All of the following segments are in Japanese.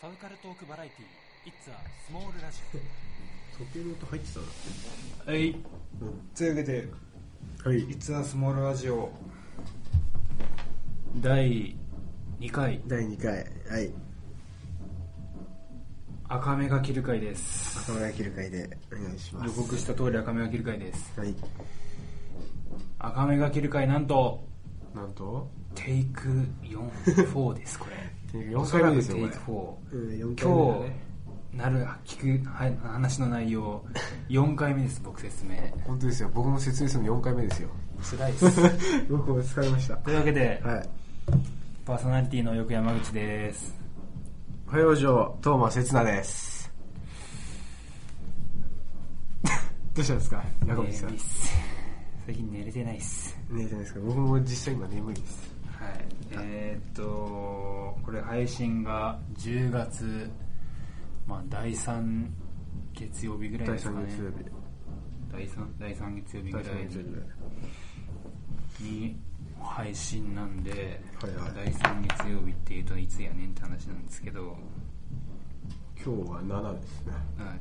サブカルトークバラエティー It's a Small ラジ時計の音入ってたなはい。というわけではい「いつはスモールラジオ第2回、第2回はい赤目が切る回です。赤村切る会でお願いしま予す告した通り赤目が切る回です。はい赤目が切る回なんと、なんとテイク4、4です、これ。 4回目ですよおこそらくれ、うん、テイ4ク回目4。だ今ね日、なる、聞くは話の内容、4回目です、僕説明。本当ですよ僕も説明するの4回目ですよ辛いです。 僕も疲れましたというわけで、はいパーソナリティのよく山口です。おはようじょうトーマせつなです どうしたんですか中口さん眠いっねす最近寝れてないっす。えじゃないですか僕も実際今眠いですはい、えーっとこれ配信が10月、まあ、第3月曜日ぐらい第ですか3ね月曜日第三第三月曜日第ぐら3月曜い日に配信なんで、はいはい第3月曜日っていうといつやねんって話なんですけど、今日は7ですねはい、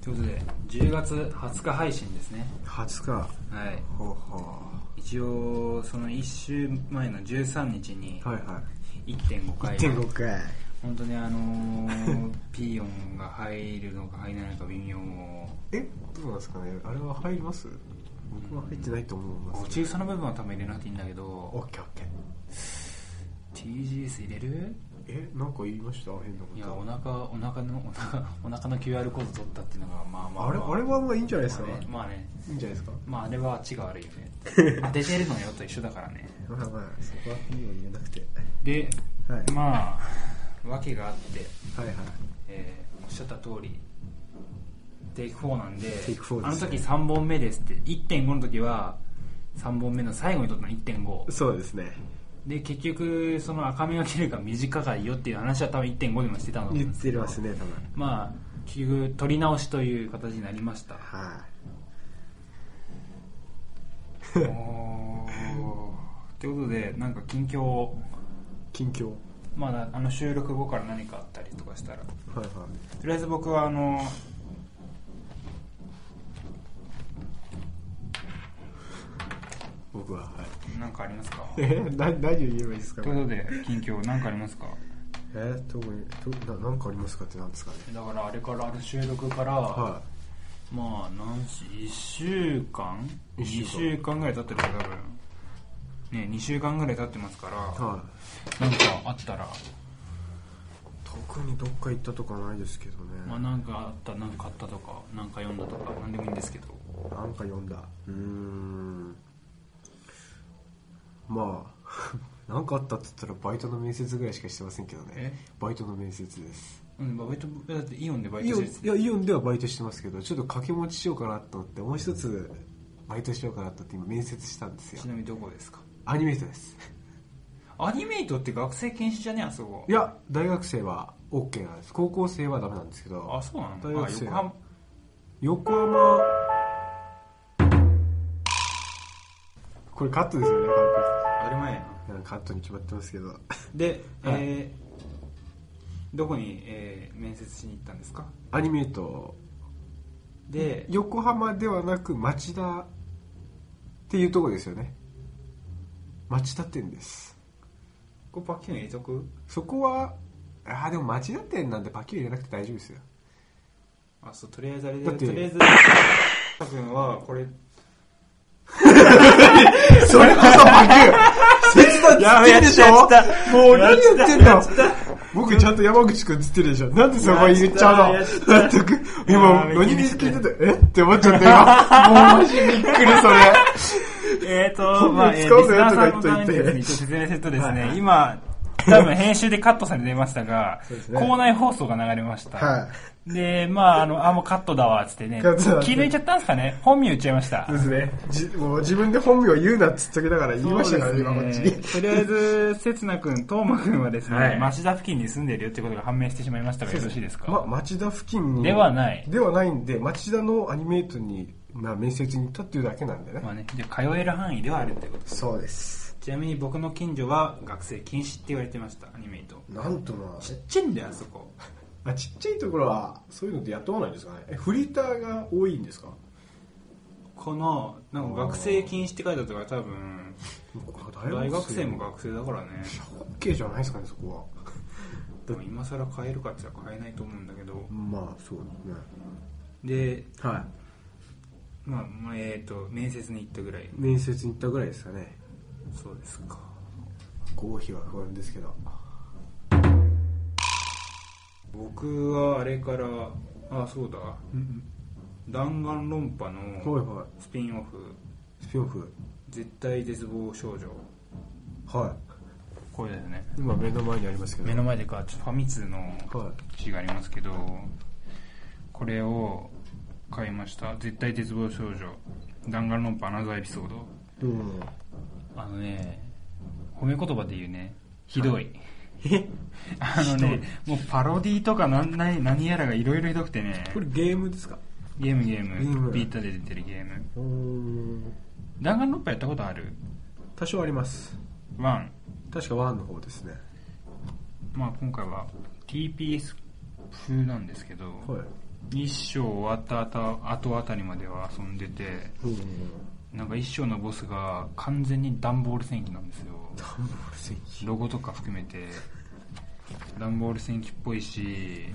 ということで10月20日配信ですね、 20日はい、ほうほ一応その1週前の13日にうはいは1.5回、い1.5回本当にあのー、ピーヨンが入るのか入らないのか微妙えどうなんですかねあれは入ります僕は入ってないと思います、ご中佐の部分は多分入れなくていいんだけどオッケーオッケー TGS 入れるえなんか言いました変ないやおこ腹お腹のお腹お腹の QR コード取ったっていうのがまあまとあ、あれまあれはまあいいんじゃないですか、まあねまあねいいんじゃないですかまああれはあっちが悪いよ ね当ててるのよと一緒だからねまあまあそこはピーヨン言わなくてで、はいまあ訳があって、はいはいえーおっしゃった通りテイク4なんでテイク4あでのすね時3本目ですって1.5の時は3本目の最後にとったの1.5そうですねで結局その赤目が切るが短いよっていう話は多分1.5でもしてたの言ってますね多分まあ結局取り直しという形になりま したはおーということでなんか近況をい近況まだあの収録後から何かあったりとかしたらとはいはいりあえず僕はあの僕ははい何かあります かといえな何を言えばいいですかうことで近況何かありますかえ特にとななんかありますかってなんですかねだからあれからあの収録から、はまあ何し1週間一週間2週間ぐらい経ってるから多分ね2週間ぐらい経ってますから、いはいなんかあったら、特にどっか行ったとかないですけどね、まあ、なんかあった、なんかあったとか、なんか読んだとか、なんでもいいんですけど、なんか読んだうーんまあなんかあったって言ったらバイトの面接ぐらいしかしてませんけどねえバイトの面接ですうん、バイト、だってイオンでバイイトオしンていて、やイオンではバイトしてますけどちょっと掛け持ちしようかなと思ってもう一つバイトしようかなと思って今面接したんですよちなみにどこですかアニメートですアニメイトって学生禁止じゃねあそこい。や大学生は OK なんです高校生はダメなんですけどあ、そうな大のあ、学生横浜。横浜これカットですよねカットです当たり前やな。なんかカットに決まってますけどで、はいえー、どこに、えー面接しに行ったんですかアニメートで、横浜ではなく町田っていうとこですよね町田店ですここパッキュン入れとくそこはああでも町田店なんでパッキリ入れなくて大丈夫ですよあ、そう、とりあえずあれで、だってとりあえず、たくんは、 これ、それこそパク切断やべやっちゃったもう何やってんだ僕ちゃんと山口くんつってるでしょなんでそこ言っちゃうやっのだってく今やべ何に聞いててえって思っちゃ った今もうマジびっくりそれえーと、本まあ、名えー、使うリスぞナーよとさかん言のっためにとでいてすね説明するとですね、今、多分編集でカットされてましたが、すね校内放送が流れました。はで、まあ、あの、あ、もうカットだわ、つってね。カットだわ気抜いちゃったんすかね本名言っちゃいました。いですねじもう自分で本名言うなっつっときながら言いましたからね今こっちそうにですねとりあえず、せつなくん、とうまくんはですね、はい町田付近に住んでるよってことが判明してしまいましたが、よろしいですか、ま、町田付近にではないではないんで町田のアニメートに、まあ、面接に行ったっていうだけなんでね、まあね、じゃあ通える範囲ではあるってこと。そうですちなみに僕の近所は学生禁止って言われてましたアニメイトなんとまあちっちゃいんだよあそこあちっちゃいところはそういうのってやってこないんですかねえフリーターが多いんですかこのなんか学生禁止って書いてあったから多分大学生も学生だからねケーじゃないですかねそこはでも今更買えるかって言ったら買えないと思うんだけどまあそうですねではまあまあえっ、と面接に行ったぐらいい面接に行ったぐらいですかねそうですか合否は不安ですけど僕はあれからあそうだうん弾丸論破うんはのいはスピンオフいスピンオフ絶対絶望少女はこれだよねい今目の前にありますけど目の前でかちょっとファミ通のはい記事がありますけどこれを買いました「絶対絶望少女弾丸論破アナザーエピソードうん」あのね褒め言葉で言うねひどいえ あのねもうパロディとかなん何何やらがいろいろひどくてねこれゲームですかゲームゲーゲームムビータで出てるゲームうん弾丸論破やったことある多少ありますワン確かワンの方ですねまあ今回は TPS 風なんですけど、はい一章終わった後後あたりまでは遊んでてうんなんか一章のボスが完全に段ボール戦記なんですよダンボール戦記ロゴとか含めて段ボール戦記っぽいし、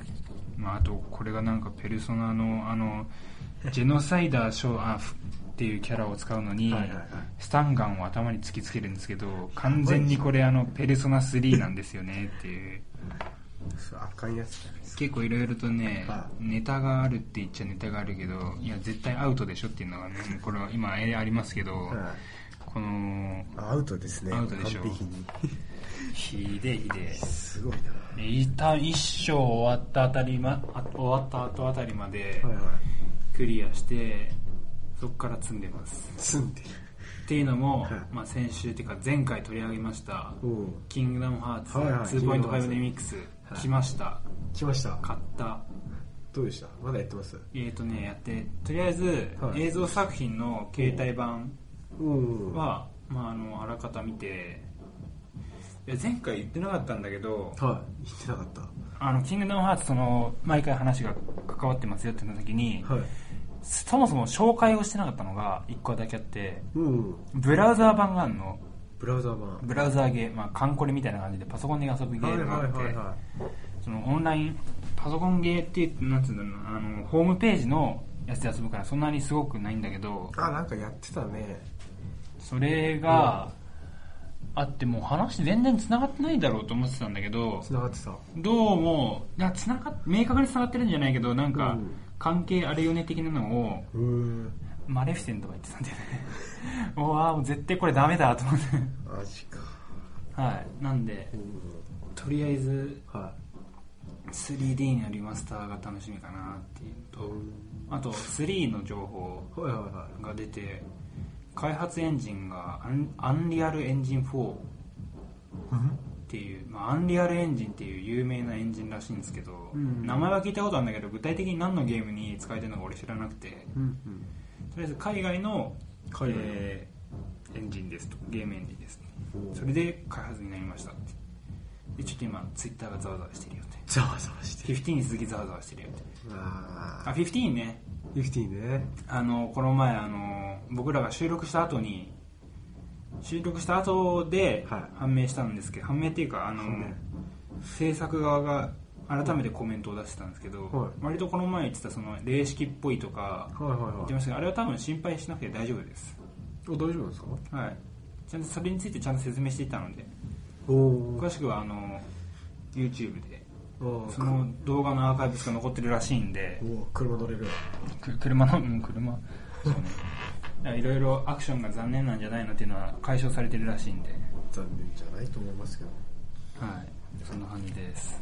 まあ、あとこれがなんかペルソナのあのジェノサイダーショーあふっていうキャラを使うのにはいはいはいスタンガンを頭に突きつけるんですけど完全にこれあのペルソナ3なんですよねっていうそうあかんやつだね結構いろいろとねはネタがあるって言っちゃネタがあるけどいや絶対アウトでしょっていうのがねこれは今えありますけど、はいこのアウトですねアウトでしょ完 璧にひでひですごいな一旦一章終わったあたりまあ終わった後あたりまではいはいクリアしてそこから積んでます積んでるっていうのも、はいまあ、先週っていうか前回取り上げましたうん「キングダムハーツはいはい2.5デミックス」はい来ました来ました買ったどうでしたまだやってますえー、とねやってとりあえず、はい映像作品の携帯版うんはは、まあ、あのあらかた見ていや前回言ってなかったんだけどい言ってなかったあのキングダムハーツその毎回話が関わってますよってなった時に、はいそもそも紹介をしてなかったのが1個だけあってうんブラウザー版があるのブラウザー版ブラウザーゲー、まあ、カンコレみたいな感じでパソコンで遊ぶゲームがあって、そのオンラインパソコンゲーっていうなんつうんだろうなあのホームページのやつで遊ぶからそんなにすごくないんだけどあなんかやってたねそれがあってもう話全然繋がってないだろうと思ってたんだけど繋がってたどうもいや繋がっ明確に繋がってるんじゃないけどなんうかん関係あれよね的なのをうんマレフィセントが言ってたんだよね うわーもう絶対これダメだと思ってマジかはいなんでうんとりあえずは 3D のリマスターが楽しみかなっていういとあと3の情報はいはいはが出て開発エンジンがアンアンリアルエンジン4っいうんていう、まあ、アンリアルエンジンっていう有名なエンジンらしいんですけど、うん名前は聞いたことあるんだけど具体的に何のゲームに使えてるのか俺知らなくてうんとりあえず海外の海外のえーエンジンですとゲームエンジンですうんそれで開発になりましたってでちょっと今ツイッターがざわざわしてるよってざわざわしてる15に続きざわざわしてるよってああ15ねー15ねあのこの前あの僕らが収録した後に収録した後ではい判明したんですけど、判明っていうかあの判明制作側が改めてコメントを出してたんですけど、はい割とこの前言ってたその霊式っぽいとかはいはい言っはていましたけどあれは多分心配しなくて大丈夫ですお大丈夫なんですかはいちゃんとそれについてちゃんと説明していたのでおお詳しくはあの YouTube でおその動画のアーカイブしか残ってるらしいんでお車乗れるわく車のうん車そうねだからいろいろアクションが残念なんじゃないのっていうのは解消されてるらしいんで残念じゃないと思いますけどはいそんな感じです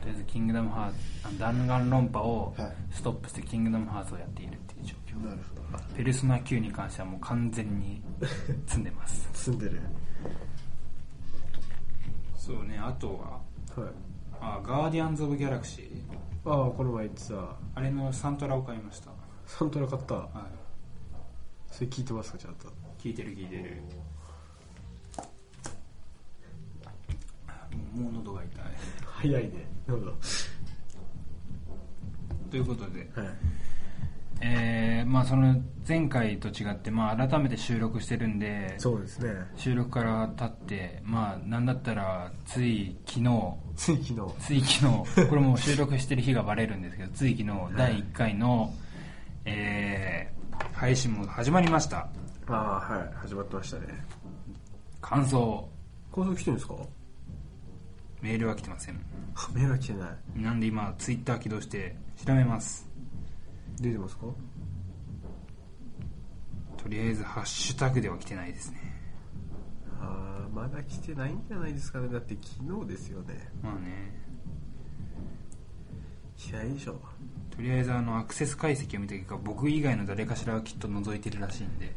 とりあえず「キングダムハーツ」あ弾丸論破をはいストップして「キングダムハーツ」をやっているっていう状況なるほどペルソナ9に関してはもう完全に積んでます住んでる そうねあとははいあガーディアンズ・オブ・ギャラクシーああこの前言ってたあれのサントラを買いましたはサントラ買ったいそれ聞いてますかちゃんと聞いてる聞いてるもう喉が痛い早いねなるほどということで、はいえーまあ、その前回と違って、まあ、改めて収録してるんでそうです ね収録から経って、まあ、なんだったらつい昨日つい昨日つい昨日 これもう収録してる日がバレるんですけどつい昨日第1回の、えー配信も始まりましたああはい始まってましたね感想高速来てるんですかメールは来てませんメールは来てないなんで今ツイッター起動して調べます出てますかとりあえずハッシュタグでは来てないですねああまだ来てないんじゃないですかねだって昨日ですよねまあね気合いでしょ とりあえずあのアクセス解析を見た結果僕以外の誰かしらはきっと覗いてるらしいんで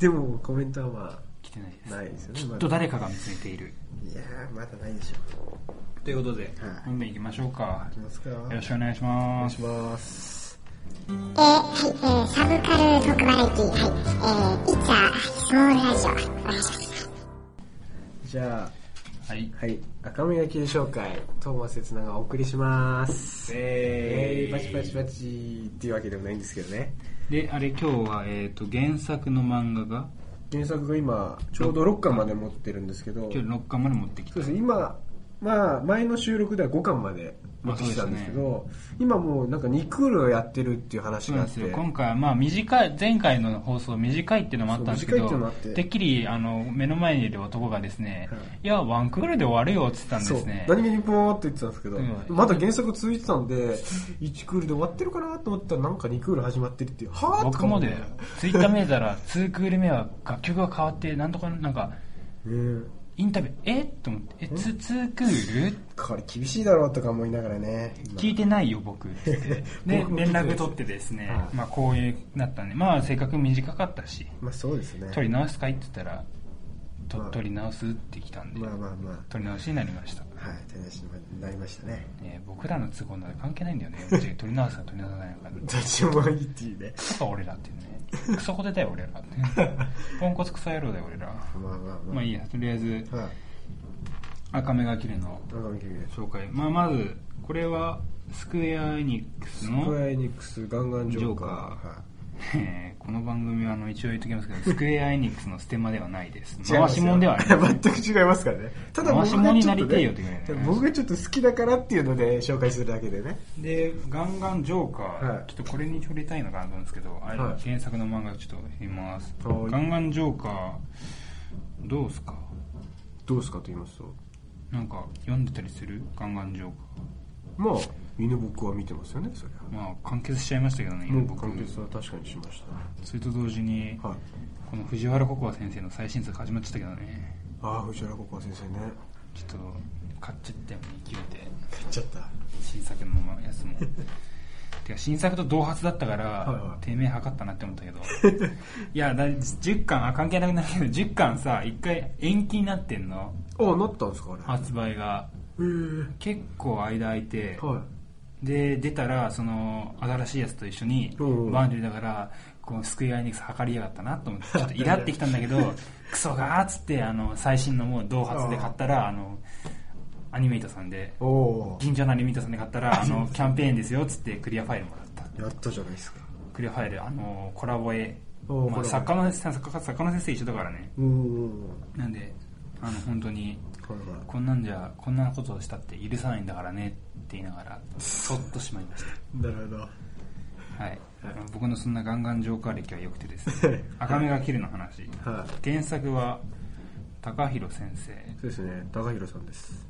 でもコメントはま来てないであすないですよねききっと誰かが見つめているいやーまだないでしょということで、はい本編いきましょうかいきますかよろしくお願いしお願まいすしますえーはい、えーサブカル特バラエティ、はい、えー、いつはスモールラジオ、はいお願いします。じゃあはいはい赤目が旧紹介トーマス綱がお送りしますええー、パチパチパチっていうわけでもないんですけどねであれ今日は、えー、と原作の漫画が原作が今ちょうど6巻まで持ってるんですけど今日6巻まで持ってきそたうですね今まあ前の収録では5巻まで持ってきたんですけど今もうなんか2クールをやってるっていう話そうがなあんっですてよ今回はまあ短い前回の放送短いっていうのもあったんですけそうど短いっていうのもあっててっきりあの目の前にいる男がですね、はいい、やワンクールで終わるよって言ってたんですねそう何気にポーって言ってたんですけど、うんまだ原作続いてたんで1クールで終わってるかなと思ったらなんか2クール始まってるっていうはぁと僕かも思ってでツイッター見たら2クール目は楽曲が変わってなんとかなんかねえインタビューえと思ってえツツークールこれ厳しいだろうとか思いながらね今聞いてないよ 僕って言ってで僕も聞い連てない絡取ってですね、はいまあこういうなったんでまあせっかく短かったしまあそうですね取り直すかいって言ったらとまあ取り直すって来たんでまあまあまあ取り直しになりましたはい手出しになりましたねね僕らの都合なんて関係ないんだよ ね。別に取り直すか取り直さないのか。とどっちもいいっていうねか俺らっていう ね。クソコテだよ俺らってね。ポンコツクソ野郎だよ俺ら。まあまあまあまあいいや、とりあえずはい赤目が綺麗の中見てみて紹介。まあまず、これはスクエアエニックススクエの、アエニックスガンガンジョジョーーカーカーはいえーこの番組はあの一応言っときますけ ど、スクエアエニックスのステマではないです。違い回ますしよもんではありません。 全く違いますからね。ただ僕回し者がにちょなっとりてえよってねぐらい、ね僕がちょっと好きだからっていうので紹介するだけでね。で、ガンガンジョーカー、はいちょっとこれに触れたいのがあるんですけど、あれ、はい原作の漫画ちょっと見ます。はいガンガンジョーカー、どうすかどうですかと言いますと、なんか読んでたりするガンガンジョーまあ、犬僕は見てますよね、そりカー。まあ、完結しちゃいましたけどね、ゃ。も今う僕完。結は確かにしました。それと同時に、はい。この藤原ココア先生の最新作始まっちゃったけどね、ああ、藤原ココア先生ね。ちょっと買っちゃったよね、勢いで。買っちゃった。新作のままやつ も。てか新作と同発だったから、いはいてめえ測ったなって思ったけど いやだ10巻あ関係なくなるけど10巻さ一回延期になってんのああ、なったんですか、あれ。発売がええ結構間空いて、はい。で出たらその新しいやつと一緒にうんバンジュだからこうスクエアエニックス測りやがったなと思 ってちょっとイラってきたんだけどクソがーっつってあの最新のもう同発で買ったらあのアニメイトさんでおお銀座のアニメイトさんで買ったらあのキャンペーンですよっつってクリアファイルもらったやったじゃないですか。クリアファイルあのコラボ絵まあ、おーコラボ絵作家の作家作家の先生一緒だからねうーん。はなんであの本当にいはい。こんなんじゃこんなことをしたって許さないんだからねって言いながらそっとしまいましたなるほど。はい、僕のそんなガンガンジョーカー歴は良くてです ね赤目が切るの話、はい原作は高弘先生そうですね、高弘さんです。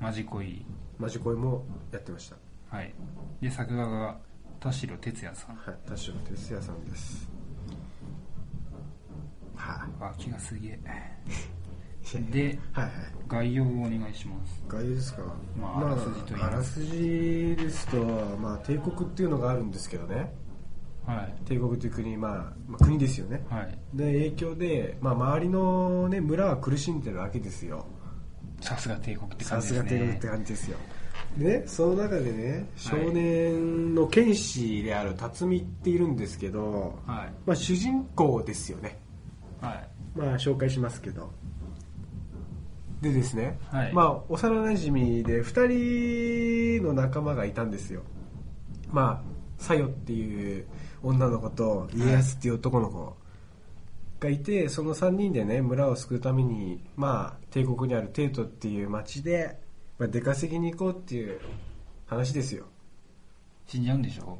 マジ恋マジ恋もやってました。はいで作画が田代哲也さんはい、田代哲也さんです。はわ気がす げえい。ではいはい。概要をお願いします概要ですか。まああらすじと言いあまらすすじですと、まあ、帝国っていうのがあるんですけどね。はい帝国という国、まあ、まあ、国ですよね。はいで、影響で、まあ、周りのね、村は苦しんでるわけですよ。さすが帝国って感さじすでがす帝国っねて感じですよ。でね、その中でね、少年の剣士である辰巳っているんですけど、はいまあ、主人公ですよね。はいまあ紹介しますけどでですね、はいまあ幼馴染で2人の仲間がいたんですよまあさよっていう女の子と家康っていう男の子がいて、その3人でね村を救うためにまあ帝国にある帝都っていう町で、まあ、出稼ぎに行こうっていう話ですよ死んじゃうんでしょ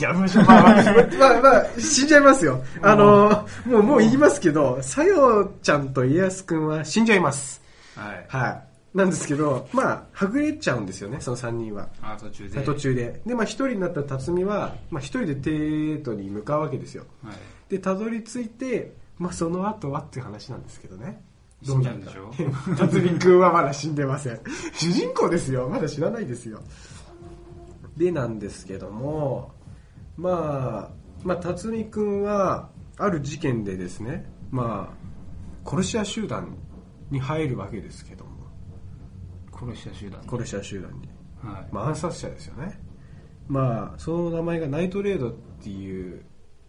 やめましょう。まあまあ、まあ、まあ、死んじゃいますよ。あの、もう、もう言いますけど、さよちゃんと家康くんは死んじゃいます。はい。はい。なんですけど、まあ、はぐれちゃうんですよね、その3人は。あ、途中で。途。中で。で、まあ、一人になった辰巳は、まあ、一人で帝都に向かうわけですよ。はい。で、たどり着いて、まあ、その後はっていう話なんですけどね。死んじゃうんでしょ辰巳くんはまだ死んでません。 主人公ですよ。まだ知らないですよ。でなんですけども、まあ、まあ、辰巳くんは、ある事件でですね、まあ、殺し屋集団に入るわけですけども、殺した集団。殺し屋集団に。はい。まあ、暗殺者ですよね。まあ、その名前がナイトレードっていう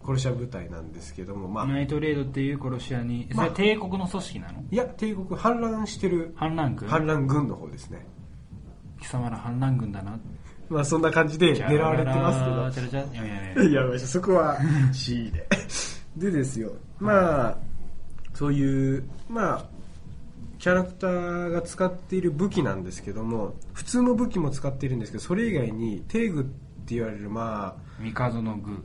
殺し屋部隊なんですけども、まあ、ナイトレードっていう殺し屋に、それは帝国の組織なのいや、帝国反乱してる反乱軍反乱軍の方ですね。貴様ら反乱軍だな。まあそんな感じで狙われてますけど。チャラチャラチャラいやいやいけやど。いや、まあそこは C で。でですよ。まあ、そういう、まあ、キャラクターが使っている武器なんですけども、普通の武器も使っているんですけど、それ以外に、テーグって言われる、まあ、帝の具。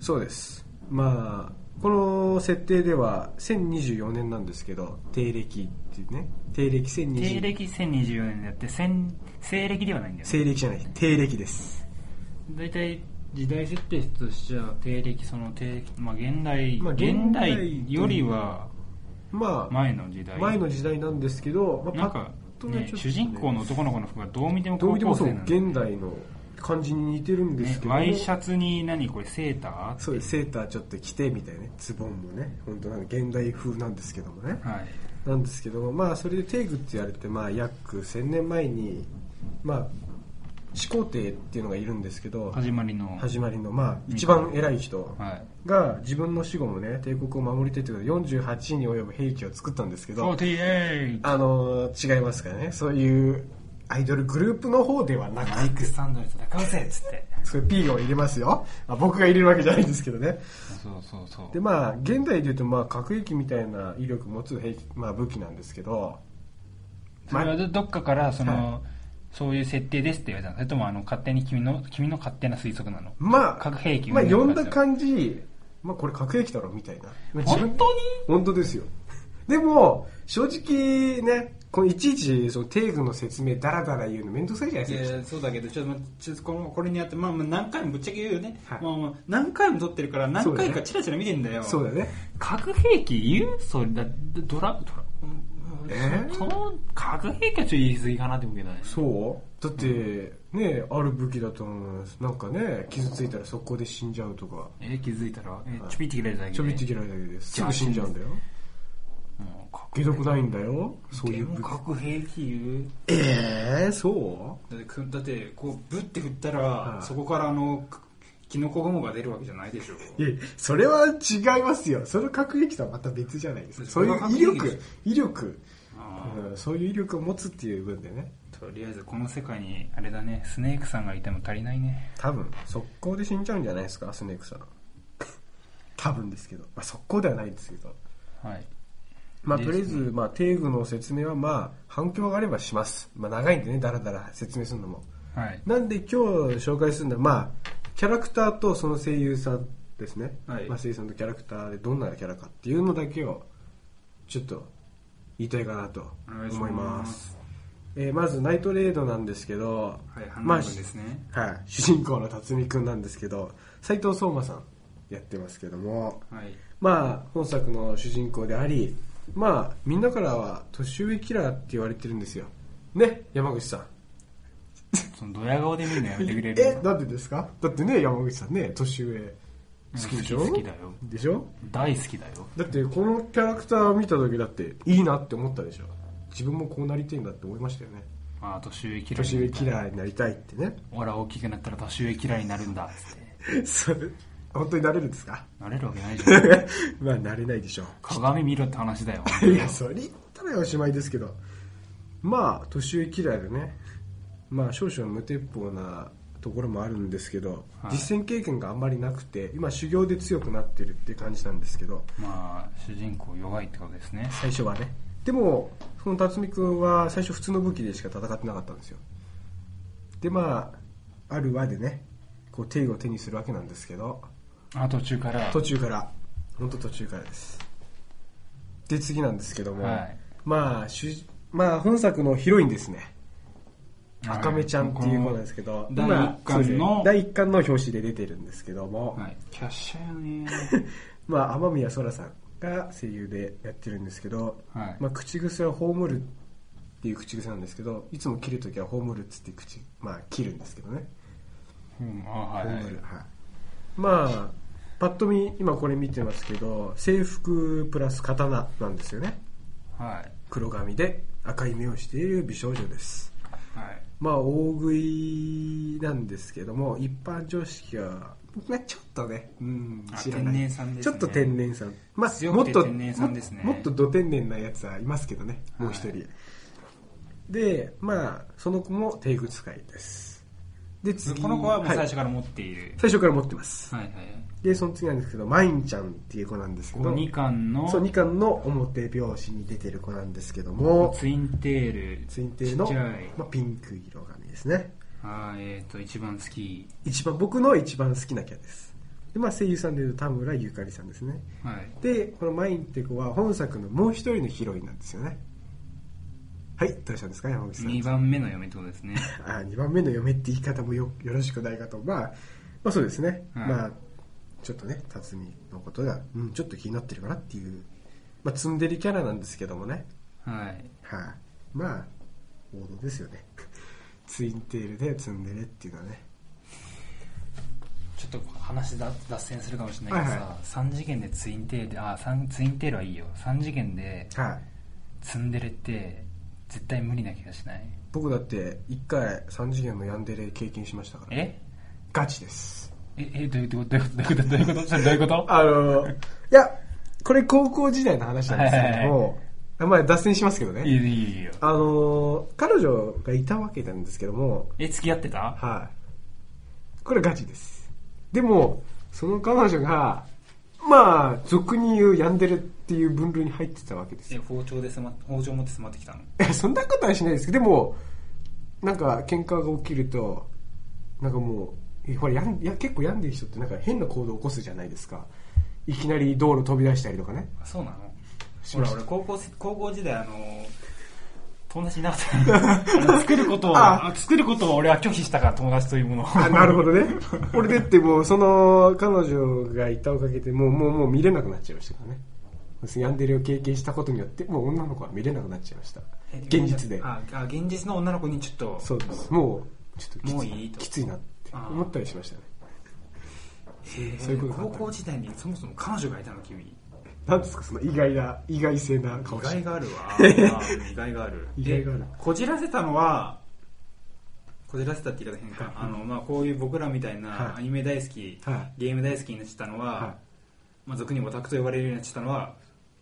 そうです。まあ、この設定では1024年なんですけど、帝暦っていうね、帝暦1024西暦1024年であって、千西暦ではないんだよね。西暦じゃない、帝暦です。大体、時代設定としては、帝暦、その帝暦、まあ現代、まあ現現代代よりはまあ、前の時代。前の時代なんですけど、まなあ、んパッか、とねね、ちょっとね主人公の男の子の服がどう見てもどう高見ても校そう生なんだよね現代の感じに似てるんですけども、ワイシャツに何これセーターそうですセーターちょっと着てみたいなねズボンもね本当なんか現代風なんですけどもねはいなんですけどもまあそれでテイグって言われてまあ約1000年前にまあ始皇帝っていうのがいるんですけど始まりの始まりのまあ一番偉い人はいが自分の死後もね帝国を守りたいということで48に及ぶ兵器を作ったんですけど48あの違いますからねそういうアイドルグループの方ではなくマイクスタンドで戦うぜっつってそれ P を入れますよ、あ、僕が入れるわけじゃないんですけどねそうそうそうでまあ現代でいうとまあ核兵器みたいな威力持つ兵器、まあ、武器なんですけどそれはどどっかからその、そういう設定ですって言われたのそれともあの勝手に君の君の勝手な推測なのまあ核兵器まあみたいな呼感んじだだ感じ、まあ、これ核兵器だろみたいなまあ自分本当に本当ですよでも正直ねこのいちいちその定義の説明だらだら言うの面倒くさいじゃないいですかやそうだけどちょっと待ってちょっとこのこれにあって、まあ、まあ何回もぶっちゃけ言うよね、はいまあまあ何回も撮ってるから何回かチラチラ見てんだよそうだよね核兵器言うそれだドラドラえーその核兵器はちょっと言い過ぎかなって思うけどねそうだってねある武器だと思いますなんかね傷ついたら速攻で死んじゃうとかえー気づいたら、えーちょびって切られただけでちょびって嫌いだけですすぐ死んじゃうんだよもう核解毒ないんだよそういでうも武器核兵器言うええそだってくだってこうぶって振ったら、いそこからあのくキノコ雲が出るわけじゃないでしょういやそれは違いますよその核兵器とはまた別じゃないですかそういうそれは威核兵器力で威力、あうんそういう威力を持つっていう分でねとりあえずこの世界にあれだねスネークさんがいても足りないね多分速攻で死んじゃうんじゃないですかスネークさん多分ですけど、まあ、速攻ではないですけどはいまあ、でとりあえず、まあ、定具の説明は、まあ、反響があればします。まあ、長いんでね、だらだら説明するのも。はいなんで今日紹介するのは、まあ、キャラクターとその声優さんですね。はいまあ、声優さんとキャラクターでどんなキャラかっていうのだけを、ちょっと、言いたいかなとお願いし思いまますす。えーまず、ナイトレードなんですけど、はい反まあ乱軍ですね、はい、主人公の辰巳くんなんですけど、斎藤聡馬さんやってますけども、はいまあ、本作の主人公であり、まあ、みんなからは年上キラーって言われてるんですよ。ね、山口さん。そのドヤ顔で見るのやめてくれるえ、なんでですかだってね、山口さんね、年上。好きでしょ好き好きだよでしょ大好きだよだって、このキャラクターを見た時だって、いいなって思ったでしょ自分もこうなりたいんだって思いましたよね。ああ年上嫌い年上キラーになりたいってね。 俺は大きくなったら年上嫌いになるんだっつってそれ、本当になれるんですか なれるわけないじゃんまあ、なれないでしょ鏡見ろって話だよいや、それ言ったらおしまいですけど。まあ年上嫌いでねまあ少々無鉄砲なところもあるんですけど、はい実践経験があんまりなくて今修行で強くなってるって感じなんですけどまあ主人公弱いってことですね最初はねでもその辰巳君は最初普通の武器でしか戦ってなかったんですよでまあある輪でねこう定義を手にするわけなんですけどあ途中から途中から本当途中からですで次なんですけども、はいまあ主まあ本作のヒロインですねはい赤目ちゃんっていう子なんですけど、第今一巻のそうです第一巻の表紙で出てるんですけども、はい、キャッシャーや ねまあ、天宮そらさんが声優でやってるんですけど、はいまあ、口癖は葬るっていう口癖なんですけどいつも切るときは葬るっつって口、まあ、切るんですけどねうんあはい葬はいる、はいまあパッと見今これ見てますけど制服プラス刀なんですよねはい黒髪で赤い目をしている美少女ですはいまあ大食いなんですけども一般常識は、まあ、ちょっとね、うん、あ知らな天い然さんですちょねっと天然さん、まあ、強もくってと天然さんですねももっとど天然なやつはいますけどねもう一人、はいでまあその子も低靴会ですで次この子はもう最はい初から持っている、最初から持ってますはい、はいでその次なんですけどマインちゃんっていう子なんですけここど2巻のそう2巻の表表紙に出てる子なんですけどもツインテールツインテールのちっちゃい、まあ、ピンク色髪ですねあーえっ、と一番好き一番僕の一番好きなキャラですで、まあ、声優さんでいうと田村ゆかりさんですねはいでこのマインって子は本作のもう一人のヒロインなんですよねはいどうしたんですか山口さん2番目の嫁ってこと ですねあ2番目の嫁って言い方もよよろしくないかと、まあ、まあそうですね、はいまあちょっとね辰巳のことが、うん、ちょっと気になってるかなっていう、まあ、ツンデレキャラなんですけどもねはいはい、まあ王道ですよね ツインテールでツンデレっていうのはねちょっと話だ脱線するかもしれないけどはいはさ、三3次元でツインテールであ三ツインテールはいいよ3次元ではいツンデレって絶対無理な気がしない僕だって一回3次元のヤンデレ経験しましたからえガチですええどういうことどういうことどういうことどういうことそれどういうことあのいやこれ高校時代の話なんですはいけはいども、まあ脱線しますけどねいいよいいよいいよあの彼女がいたわけなんですけどもえ付き合ってたはい。これガチです。でも、その彼女が、まあ、俗に言うヤンデレっていう分類に入ってたわけですえよ。包丁で迫っ包丁持って迫ってきたのえそんなことはしないですけど、でも、なんか喧嘩が起きると、なんかもう、えほら、やんいや結構病んでる人ってなんか変な行動を起こすじゃないですか。いきなり道路飛び出したりとかね。あそうなのしほまらした俺高校せ高校時代あの友達いなかったよ あの作ることをああ作ることを俺は拒否したから友達というものをあ な るほどね。俺でってもう、その彼女がいたおかげで、もう、もう、もう見れなくなっちゃいましたからね。ヤンデレを経験したことによって、もう女の子は見れなくなっちゃいました。現実で。ああ現実の女の子にちょっとそうです。もう、ちょっときつもういいときついなってあー思ったりしましたね。えーそういうことがあっ高た校時代にそもそも彼女がいたの君意なんですか、その意外な、意外性な顔して。外がある わあー意外がある意外があるでこじらせたのはこじらせたって言い方変かあの、まあ、こういう僕らみたいはないアニメ大好き、はいゲーム大好きになってたのは、はいまあ、俗にオタクと呼ばれるようになってたのは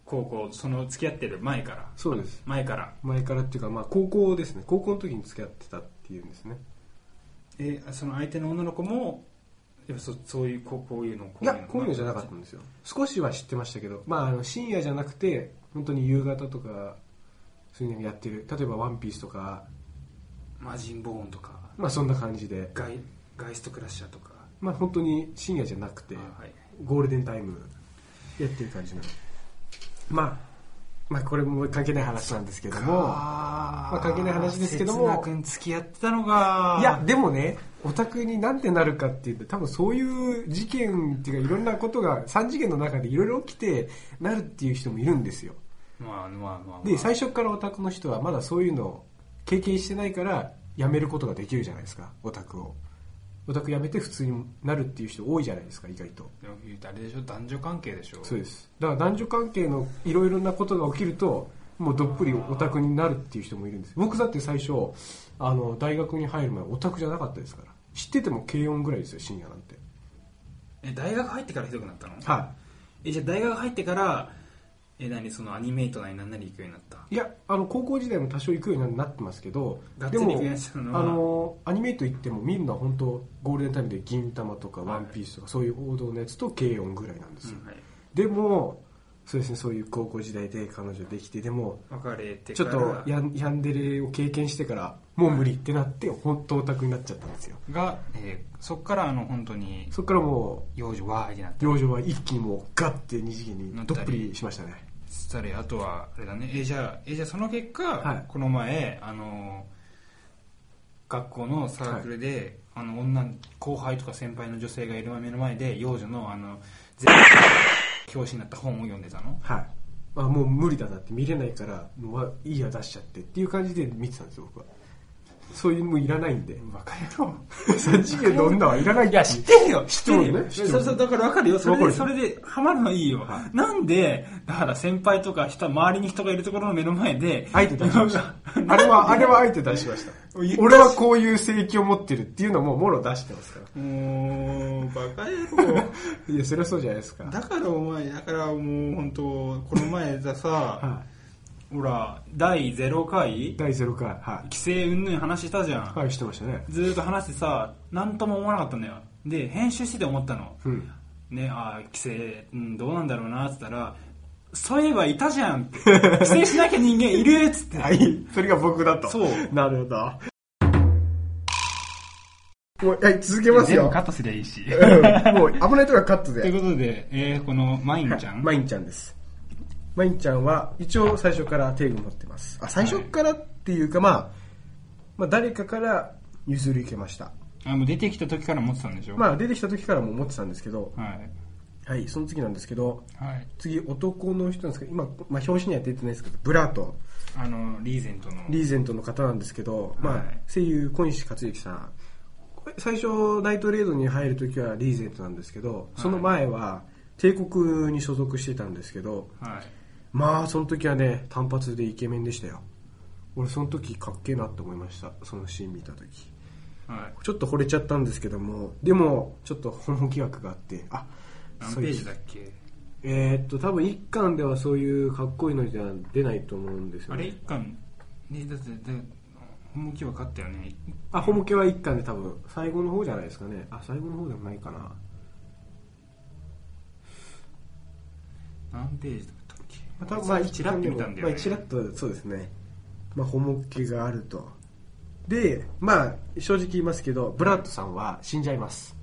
高校その付き合ってる前からそうです。前から前からっていうか、まあ、高校ですね。高校の時に付き合ってたっていうんですね。えその相手の女の子もやっぱそそういうこうこういうのこいや、こういうのじゃなかったんですよ。少しは知ってましたけど、まあ、あの深夜じゃなくて、本当に夕方とか、そういうのやってる。例えば、ワンピースとか、マジンボーンとかまあ、そんな感じで。ガイガイストクラッシャーとかまあ、本当に深夜じゃなくて、あはいゴールデンタイムやってる感じなの。まあ、まあ、これも関係ない話なんですけども、まあ、関係ない話ですけど刹那も、君付き合ってたのがいや、でもね、オタクになんてなるかっていうと、多分そういう事件っていうか、いろんなことが、3次元の中でいろいろ起きて、なるっていう人もいるんですよ。まあまあまあ、まあ、で、最初からオタクの人はまだそういうのを経験してないから、やめることができるじゃないですか、オタクを。オタクやめて普通になるっていう人多いじゃないですか、意外と。でも言うとあれでしょ男女関係でしょそうです。だから男女関係のいろいろなことが起きると、もうどっぷりオタクになるっていう人もいるんです。僕だって最初、あの、大学に入る前オタクじゃなかったですから。知ってても軽音ぐらいですよ、深夜なんて。え大学入ってからひどくなったのはえじゃあ大学入ってからえ何そのアニメイトなり何なり行くようになったいやあの高校時代も多少行くようになってますけどがっつでりも行くやつあなのはのアニメイト行っても見るのは本当ゴールデンタイムで「銀魂」とか「ワンピースとかそういう王道のやつと軽音ぐらいなんですよ、はいでもそうですねそういう高校時代で彼女できてでも別れてちかょっらとヤンヤンデレを経験してからもう無理ってなって本当オタクになっちゃったんですよが、えーそっからあの本当にそっからも幼女わーいってなっう養女は一気にもうガッて二次元にどっぷりしましたねつったりあとはあれだねえーじゃあ、えーじゃあその結果、はいこの前あの学校のサークルで、あの女後輩とか先輩の女性がいる目の前で幼女のあの全教師になった本を読んでたのはいあもう無理だなって見れないからもうわいいや出しちゃってっていう感じで見てたんですよ僕はそういうもういらないんでバカ野郎3次元の女はいらないいや知ってるよ知ってるよね知そっうそうてるそうだから分かるよそれわでかそるれでハマるのはいいよ、なんでだから先輩とか人周りに人がいるところの目の前であえて出しま した。あれは、あれはあえて出しました。俺はこういう性域を持ってるっていうのももろ出してますか もうバカ野郎ら。いや、そりゃそうじゃないですか。だからお前だからもう本当この前ださ、はほら第0回い。第0回、は規制云々話したじゃんい。はい、してましたね。ずーっと話してさ何とも思わなかったんだよで編集してて思ったの、うん。ねあー規制、うん、どうなんだろうなっつったらそういえばいたじゃんって規制しなきゃ人間いるっつってはい。それが僕だと。そうなるほど。もう、はい、続けます全よ。部カットすりゃいい しうんもう、危ないとこはカットといで。うことで、えーこのマインちゃん、マインちゃんです。マインちゃんは、一応最初から定義持ってます。あ、最初からっていうか、まあ、まあ、誰かから譲り受けました。あもう出てきた時から持ってたんでしょ、まあ、出てきた時からも思ってたんですけど、はいはい、その次なんですけど、はい次、男の人なんですけど、今、まあ、表紙には出てないですけど、ブラート、あのリーゼントのリーゼントの方なんですけど、まはあい、声優、小西克之さん。これ最初、ナイトレードに入るときはリーゼントなんですけど、その前は、帝国に所属してたんですけど、はいまあ、その時はね、単発でイケメンでしたよ。俺、その時、かっけえなって思いました。そのシーン見た時。はいちょっと惚れちゃったんですけども、でも、ちょっと本気枠があって、あ、何ペそういーうジだっけえーっと、多分一巻ではそういうかっこいいのじゃ出ないと思うんですよあれね。一巻ねだってだ本向き分かったよねあ、ホモケは一巻で多分、最後の方じゃないですかね。あ、最後の方でもないかな。何ページだったっけまあ、多分まあ一チラッ巻とで見も、たんだまよあね一ラッと、そうですね。まあ、ホモケがあると。で、まあ、正直言いますけど、ブラッドさんは死んじゃいます。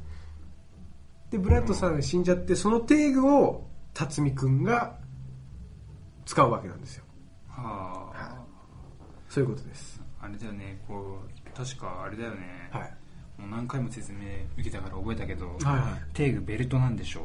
で、ブラッドさんが死んじゃって、そのテーグを、辰巳くんが使うわけなんですよ。はあそういうことです。あれだよねこう確かあれだよね、はい。もう何回も説明受けたから覚えたけど、はいはいテーグベルトなんでしょう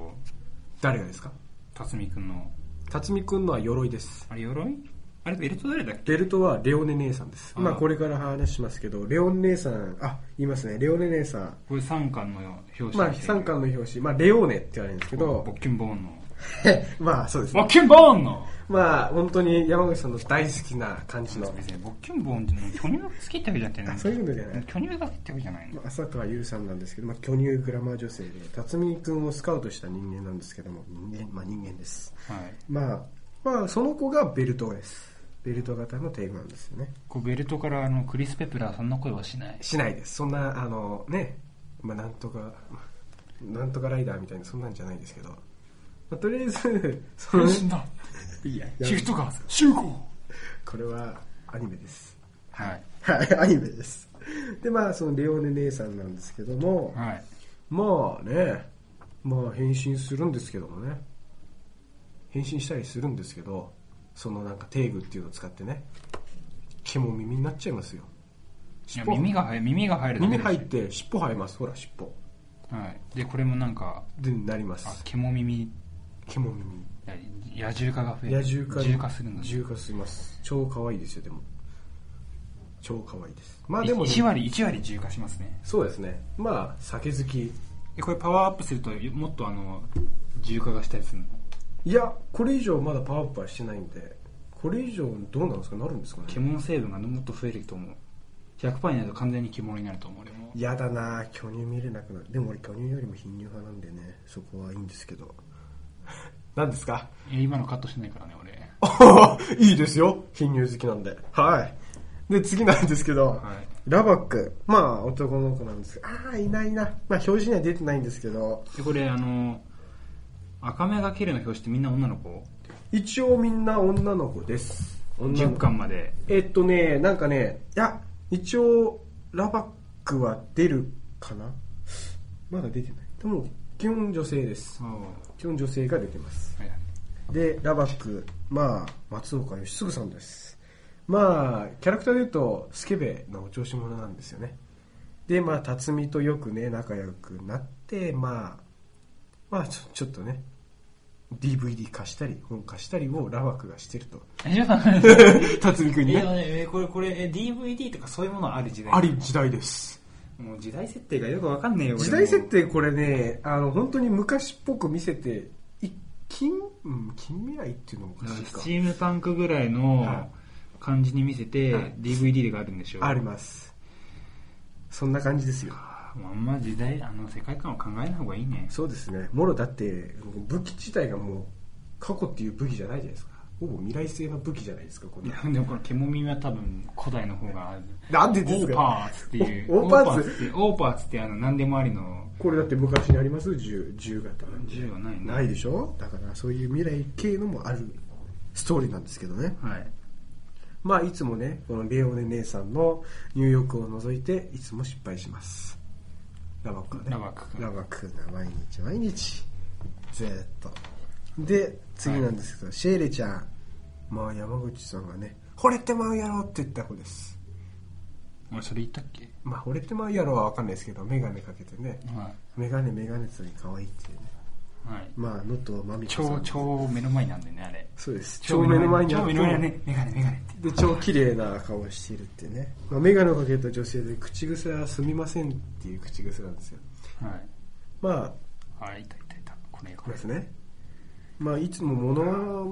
誰がですか辰巳君の辰巳くんのは鎧です。あれ鎧あれベルト誰だっけベルトはレオネ姉さんです。あまあこれから話しますけど、レオン姉さん、あ、言いますね、レオネ姉さん。これ三巻の表紙まあ、三巻の表紙、まあ、レオーネって言われるんですけボどッ、キンボーンの まあ、そうですボね。ッキンボーンのまあ、本当に山口さんの大好きな感じの、別にボッキンボーンってね巨乳が好きってわけじゃなくてあねそういうことじゃない巨乳が好きってわけじゃないのまあ浅川優さんなんですけど、まあ、巨乳グラマー女性で、辰巳くんをスカウトした人間なんですけども、人間、まあ人間です。はいまあ、まあ、その子がベルトです。ベルト型のテーマなんですよね。こうベルトからあのクリス・ペプラーそんな声はしないしないですそんなあのね、まあ、なんとかなんとかライダーみたいなそんなんじゃないですけど、まあ、とりあえず その だいやシフトガーズ集合これはアニメですはいはいアニメですでまあそのレオネ姉さんなんですけども、はいまあねまあ変身するんですけどもね変身したりするんですけどそのなんかテーグっていうのを使ってね毛も耳になっちゃいますよいや尾耳が入る耳が入るだけで耳しょ入って尻尾生えますほら尻尾はい、でこれもなんかでなりまあす毛も耳毛も耳野獣化が増える野獣化獣化するんだ、ね、獣化します超可愛いですよでも超可愛いですまあでも1割1割獣化しますねそうですねまあ酒好きでこれパワーアップするともっとあの獣化がしたりするのいやこれ以上まだパワーアップはしてないんでこれ以上どうなんですかなるんですかね獣成分がもっと増えると思う100%になると完全に獣になると思う俺も嫌だな巨乳見れなくなるでも俺巨乳よりも貧乳派なんでねそこはいいんですけど 何ですかえ今のカットしてないからね俺 いいですよ。貧乳好きなんで。はい。で、次なんですけど、ラバック。まあ、男の子なんですけど、ああ、いないな。まあ、表示には出てないんですけど、でこれあの赤目が綺麗な表紙ってみんな女の子一応みんな女の子です。女の10子。巻までえっとね、なんかね、いや、一応、ラバックは出るかなまだ出てない。でも、基本女性です。そうは基本女性が出てます。いはいで、ラバック、まあ、松岡義嗣さんです。まあ、キャラクターで言うと、スケベなお調子者なんですよね。で、まあ、辰巳とよくね、仲良くなって、まあ、まあ、ちょちょっとね、DVD 貸したり、本貸したりをラバックがしてると。えじゃあ辰巳くんにいやね。ね、えこれ、これ、え DVD とかそういうものある時代あり時代です。もう時代設定がよくわかんねえよ。時代設定これね、あの、本当に昔っぽく見せて、い近、うん、近未来っていうのもおかしいかス。チームパンクぐらいの感じに見せて、はい DVD があるんでしょうあります。そんな感じですよ。もうあんま時代あの世界観を考えない方がいいねそうですね。もろだって、武器自体がもう、過去っていう武器じゃないじゃないですか。ほぼ未来性の武器じゃないですか、こんいなやでもこの獣耳は多分古代の方がある なんオでですーかパーツっていうおオーパーツっていうオーパーツってあの何でもありのこれだって昔にあります銃、銃型なんで銃はないないでしょだからそういう未来系のもあるストーリーなんですけどね。はいまあいつもね、このレオネ姉さんの入浴を除いて、いつも失敗します。ラバックはね。ラバック君ラバックが毎日毎日、ずーっと。で、次なんですけど、シェーレちゃん。まあ山口さんがね、惚れてまうやろって言った子です。俺それ言ったっけまあ惚れてまうやろはわかんないですけど、メガネかけてね。はメガネメガネつに可愛いっていうね。い、はい、まあ、のとまみこさ超ん。超目の前なんだよねあれそうです。超目の前にあ超っ目ての前だねメガネメガネってで超綺麗な顔をしているってね、まあ、眼鏡をかけた女性で口癖は「すみません」っていう口癖なんですよはいまああいたいたいたこれここれれですねまあいつも物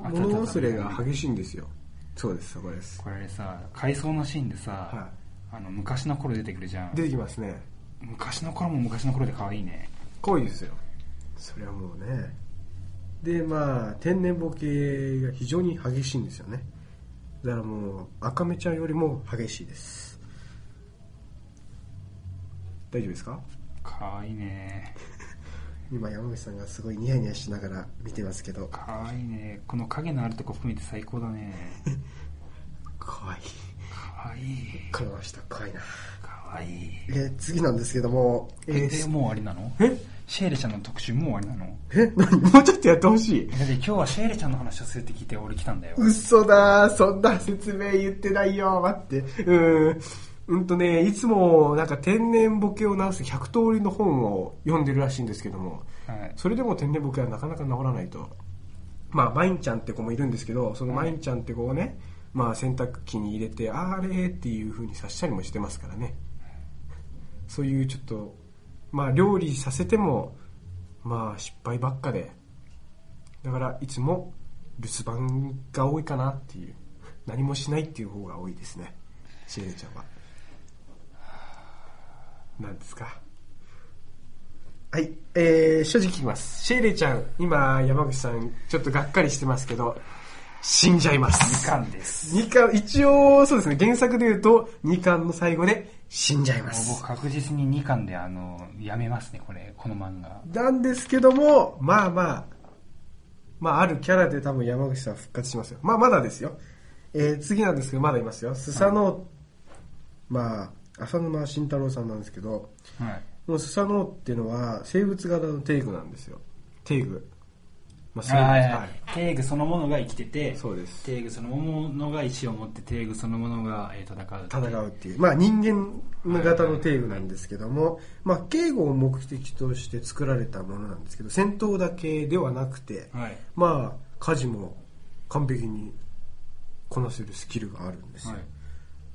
はあ物忘れが激しいんですよそうですそこです、これさ回想のシーンでさ、はあの昔の頃出てくるじゃい、ん出てきますね昔の頃も昔の頃で可愛いね恋ですよそれはもうねでまあ天然ボケが非常に激しいんですよねだからもう赤目ちゃんよりも激しいです大丈夫ですか可愛いね今山口さんがすごいニヤニヤしながら見てますけど可愛いねこの影のあるとこ含めて最高だね怖い可愛いこの人怖いな可愛いえ次なんですけどもええーもう終わりなのえシェーレちゃんの特集もう終わりなのえ何もうちょっとやってほしいだって今日はシェーレちゃんの話をするって聞いて俺来たんだよ嘘だーそんな説明言ってないよ待ってうーんうんとねいつもなんか天然ボケを直す100通りの本を読んでるらしいんですけどもはいそれでも天然ボケはなかなか治らないとまあマインちゃんって子もいるんですけどそのマインちゃんって子をね、まあ、洗濯機に入れてあれっていう風にさしたりもしてますからねそういうちょっとまあ料理させてもまあ失敗ばっかでだからいつも留守番が多いかなっていう何もしないっていう方が多いですねシエレちゃんはなんですかはい、えー、正直言います。シェイレちゃん、今、山口さん、ちょっとがっかりしてますけど、死んじゃいます。みかんです二巻、一応、そうですね、原作で言うと、2巻の最後で死んじゃいまもう僕す。確実に2巻であのやめますねこれこの漫画なんですけども、まあまあ、まあ、あるキャラで多分山口さん復活しますよ。まあ、まだですよ。えー、次なんですけど、まだいますよ。スサノオ、まあ、浅沼慎太郎さんなんですけど、はいもうスサノオっていうのは生物型のテイグなんですよ。テイグ。まああはいははいいテーグそのものが生きててそうですテーグそのものが石を持ってテーグそのものがえー戦う戦うっていう、まあ、人間の型のテーグなんですけども、まあ、警護を目的として作られたものなんですけど戦闘だけではなくて、はいまあ、家事も完璧にこなせるスキルがあるんですよ、はい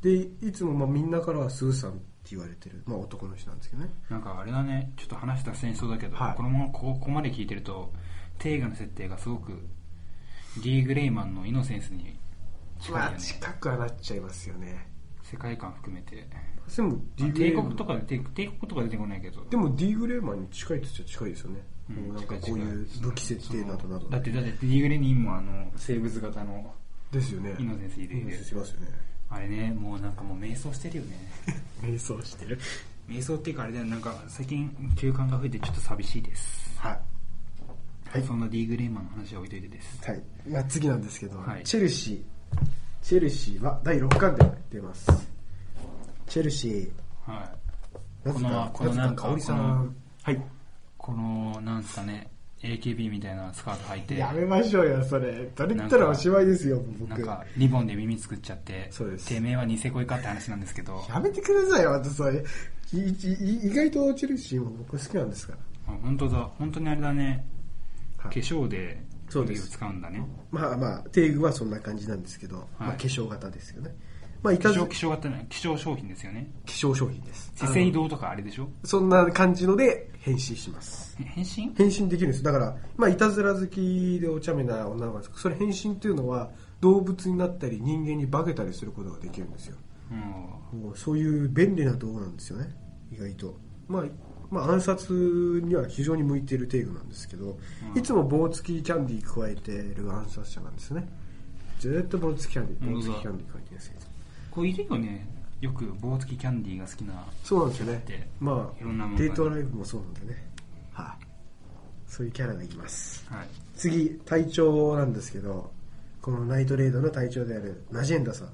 でいつもまあみんなからはスーさんって言われてる、まあ、男の人なんですけどねなんかあれだね、ちょっと話脱線しそうだけど、はいこのままここまで聞いてると、テーガの設定がすごく、リー・グレイマンのイノセンスに近いよまあね。近くはなっちゃいますよね世界観含めて。でも D グ帝レーマ国とンか、帝帝国とか出てこないけど。でも D グレーマンに近いって言っちゃ近いですよね、うんもうなんか近こういい近いう武器設定などなどだって、だって、リー・グレイにもあの、生物型のですよね。猪瀬秀猪瀬秀しますよね。あれねもうなんかもう迷走してるよね瞑想してる。迷走っていうかあれだよなんか最近休館が増えてちょっと寂しいですはい。はいそんな D グレイマンの話は置いといてですはい。まあ、次なんですけど、はいチェルシー。チェルシーは第6巻で出ます。チェルシー、はいなぜか、このなぜなんかか香織さこのん。はい。このなんすかね AKB みたいなスカート履いてやめましょうよ、それ。それ言ったらおしまいですよ、もうなん僕。かリボンで耳作っちゃってそうですてめえはニセ恋かって話なんですけどやめてくださいよ、またそれ。いいい意外とチェルシーも僕好きなんですから。あ本当だ本当にあれだねは化い粧でそうで指をす使うんだねまあまあ、テイグはそんな感じなんですけど、まあ化粧型ですよね。まあ、い化かず粧化化粧がってない化粧商品ですよね粧商品です。資生堂とかあれでしょそんな感じので変身します。え変身変身できるんですだから、まあ、いたずら好きでお茶目な女の子なんですけどそれ変身というのは動物になったり人間に化けたりすることができるんですようんもうそういう便利な道具なんですよね意外と、まあ、まあ暗殺には非常に向いている程度なんですけど、いつも棒付きキャンディー加えてる暗殺者なんですねずっと棒付きキャンディー棒本当付だきキャンディー加えてるんですよこういるよねよく棒付きキャンディーが好きなそうなんですよねでまいろんなもあのがデートライブもそうなんでねはい、そういうキャラがいますはい次、隊長なんですけど、このナイトレードの隊長であるナジェンダさん。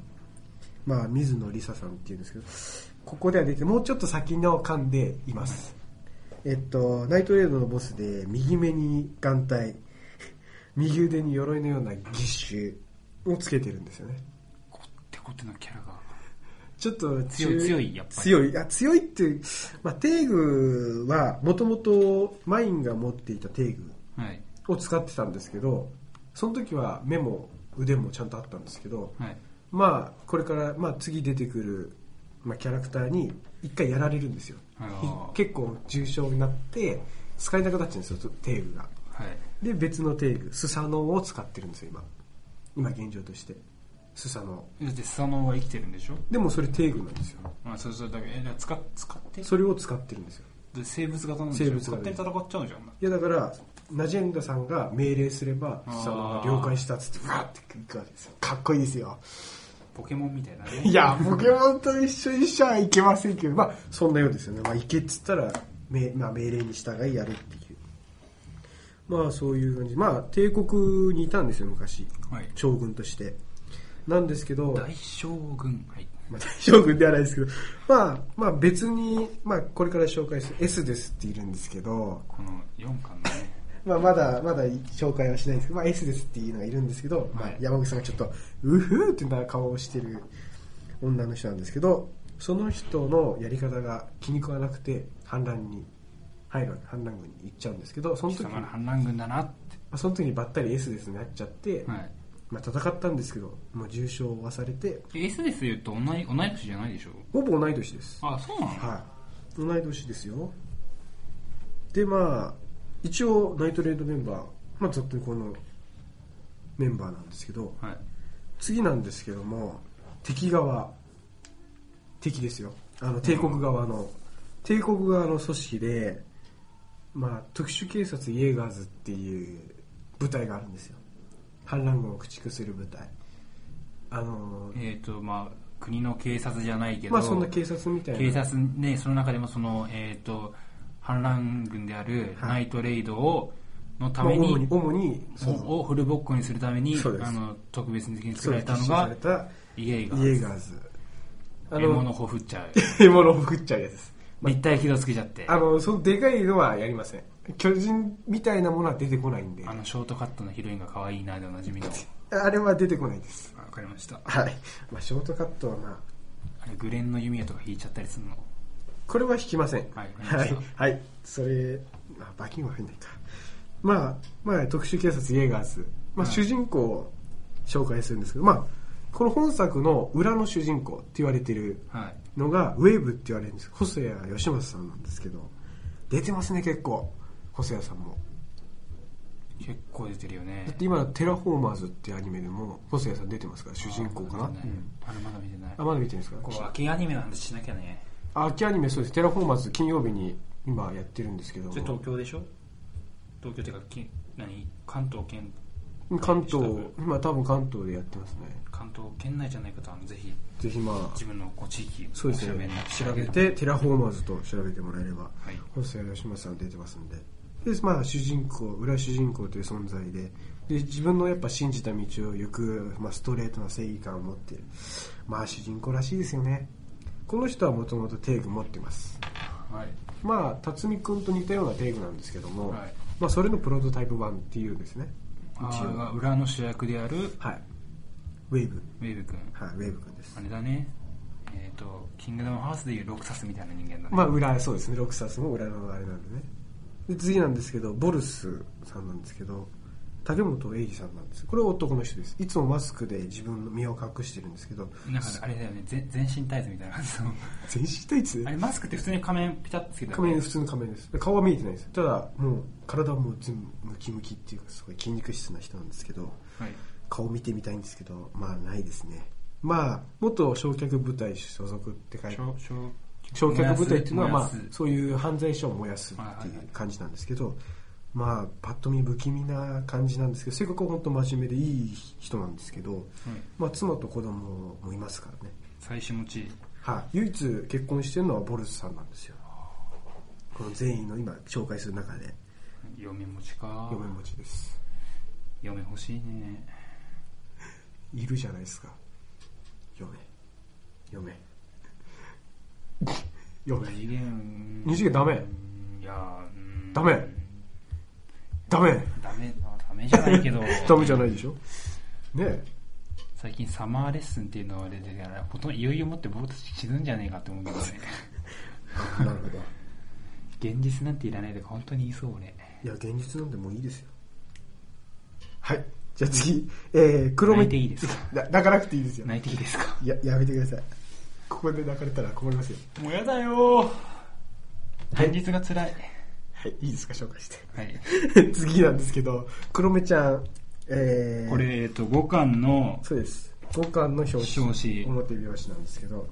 まあ、水野梨沙さんっていうんですけど、ここでは出て、もうちょっと先の巻でいます。えっと、ナイトレードのボスで、右目に眼帯、 右腕に鎧のような義手をつけてるんですよね。こってこってのキャラがちょっと強い強いやっぱり強い。あ強いっていう、まあ、テーグは、もともとマインが持っていたテーグはいを使ってたんですけどその時は目も腕もちゃんとあったんですけどはいまあこれから、まあ、次出てくる、まあ、キャラクターに一回やられるんですよあらひ結構重傷になって使えなくなっちゃうんですよテーグがはいで別のテーグスサノオを使ってるんですよ今今現状としてスサノオだってスサノオは生きてるんでしょでもそれテーグなんですよまあそうそうだけどえだから使っ使ってそれを使ってるんですよで生物型なんでしょ生物型勝手に戦っちゃうんじゃんいやだからナジェンダさんが命令すればスサノオが了解したっつってわーって行くわけですよかっこいいですよポケモンみたいなねいや、ポケモンと一緒にしちゃいけませんけど、まあ、そんなようですよね。まあ、行けっつったら、めまあ、命令に従いやるっていう。まあ、そういう感じ。まあ、帝国にいたんですよ、昔。はい将軍として。なんですけど、大将軍はいまあ、大将軍ではないですけど、まあ、まあ、別に、まあ、これから紹介する S ですっているんですけど、この4巻のねまあ、まだ、まだ紹介はしないんですけど、まあ、S ですっていうのがいるんですけど、まあはい、山口さんがちょっと、うふーってな顔をしてる女の人なんですけど、その人のやり方が気に食わなくて、反乱に入るわけ、反乱軍に行っちゃうんですけど、その貴時に、様のま反乱軍だなってあその時にばったり S ですになっちゃって、はいまあ、戦ったんですけど、もう重傷を負わされて、え S ですよと同い同い年じゃないでしょほぼ同い年です。あそうなのはい。同い年ですよ。で、まあ、一応、ナイトレードメンバー、まあ、ざっとこのメンバーなんですけど、はい次なんですけども、敵側、敵ですよ。あの、帝国側の、帝国側の組織で、まあ、特殊警察イエーガーズっていう部隊があるんですよ。反乱軍を駆逐する部隊。あの、えっ、とまあ国の警察じゃないけど、まあ、そんな警察みたいな。警察ねその中でもそのえっ、と反乱軍であるはいナイトレイドをのたまあめ主にに、主にそのををフルボッコにするためにそうですあの特別にそ作うられたの実が施されイエーたガイエーーガーズ。あ獲物の、ほふっちゃう獲物を食っちゃうやつです。立体軌道つけちゃってあの、そのでかいのはやりません。巨人みたいなものは出てこないんであ、のショートカットのヒロインが可愛いなでおなじみのあれは出てこないです。わかりましたはい。まあ、ショートカットはまあ、あれグレンの弓矢とか引いちゃったりするのこれは引きません。はいはわかいりまし。はいそれ、あ、バキンは入んないか。まあ、まあ、特殊警察イエーガーズ。まあ、主人公を紹介するんですけど、まあ、この本作の裏の主人公って言われてるはいのがウェーブって言われるんです細谷義正さんなんですけど出てますね結構細谷さんも結構出てるよねだって今テラフォーマーズっていうアニメでも細谷さん出てますから主人公かなああれまだ見てないあまだ見てるんですかこう秋アニメの話しなきゃねあ秋アニメそうですテラフォーマーズ金曜日に今やってるんですけどそれ東京でしょ東京っていうかき何関東圏関東、今多分関東でやってますね。関東圏内じゃない方はぜひぜひまあ、自分のご地域そうですねに。調べて、テラフォーマーズと調べてもらえれば、はい本瀬吉村さん出てますんで。で、まあ、主人公、裏主人公という存在で、で、自分のやっぱ信じた道を行く、まあ、ストレートな正義感を持ってる。まあ、主人公らしいですよね。この人はもともとテーグ持ってます。はいまあ、辰巳君と似たようなテーグなんですけども、はいまあ、それのプロトタイプ版っていうんですね。あーが裏の主役であるはい。ウェーブ。ウェイブ君はい、ウェーブ君ですあ。れだねえっ、とキングダムハウスでいうロクサスみたいな人間だね、まあ裏そうですね6冊も裏のあれなんでねで次なんですけどボルスさんなんですけど竹本英二さんなんですこれは男の人ですいつもマスクで自分の身を隠してるんですけどなんかあれだよね全全身タイツみたいな感じ の全身タイツあれマスクって普通に仮面ピタッとつけてたよ仮ね面普通の仮面ですで顔は見えてないですただもう体はもう全部ムキムキっていうかすごい筋肉質な人なんですけどはい顔見てみたいんですけどまあないですねまあ元焼却部隊所属って書いて焼焼焼却部隊っていうのは、ま燃やあす燃や、すそういう犯罪者を燃やすっていう感じなんですけど、まあ、パッと見不気味な感じなんですけど、性格は本当真面目でいい人なんですけど、まあ、妻と子供もいますからね。妻子持ちはい。唯一結婚してるのはボルスさんなんですよ。この全員の今紹介する中で、嫁持ちか嫁持ちです。嫁欲しいねいるじゃないですか。嫁。嫁。二嫁。次元二次元ダメいやーうんダメダメダメまあダメじゃないけ どダメじゃないでしょねえ。最近サマーレッスンっていうのが出てるからほとんどいよいよ持って僕たち死ぬんじゃねえかって思うけどねなるほど。現実なんていらないとか本当に言いそう俺いや、現実なんてもういいですよ。はい。じゃあ次、えー、黒目。泣いていいですかな泣かなくていいですよ。泣いていいですかいや、やめてください。ここで泣かれたら困りますよ。もうやだよー現実が辛いはい、いいですか、紹介して。 はい次なんですけど、黒目ちゃん、えー、こ、れえっと5巻のそうです。五巻の表紙、表紙表表紙なんですけど、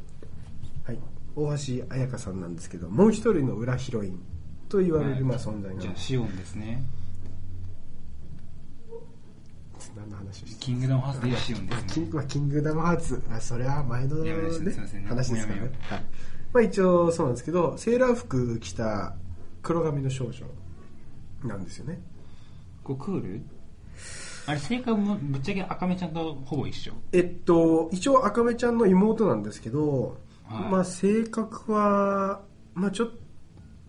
はい。大橋彩香さんなんですけど、もう一人の裏ヒロインと言われる、まあ存在なんじゃあです。シオンですね何の話をしてキングダムハウスでシオンですねキングはキングダムハーツ。あ、それは前の、ねやめましょうすいません、ね話ですからもうやめよね。うはい。まあ一応そうなんですけど、セーラー服着た黒髪の少女なんですよね。こうクールあれ性格もぶっちゃけ赤目ちゃんとほぼ一緒えっと、一応赤目ちゃんの妹なんですけど、はいまあ性格は、まあちょっと、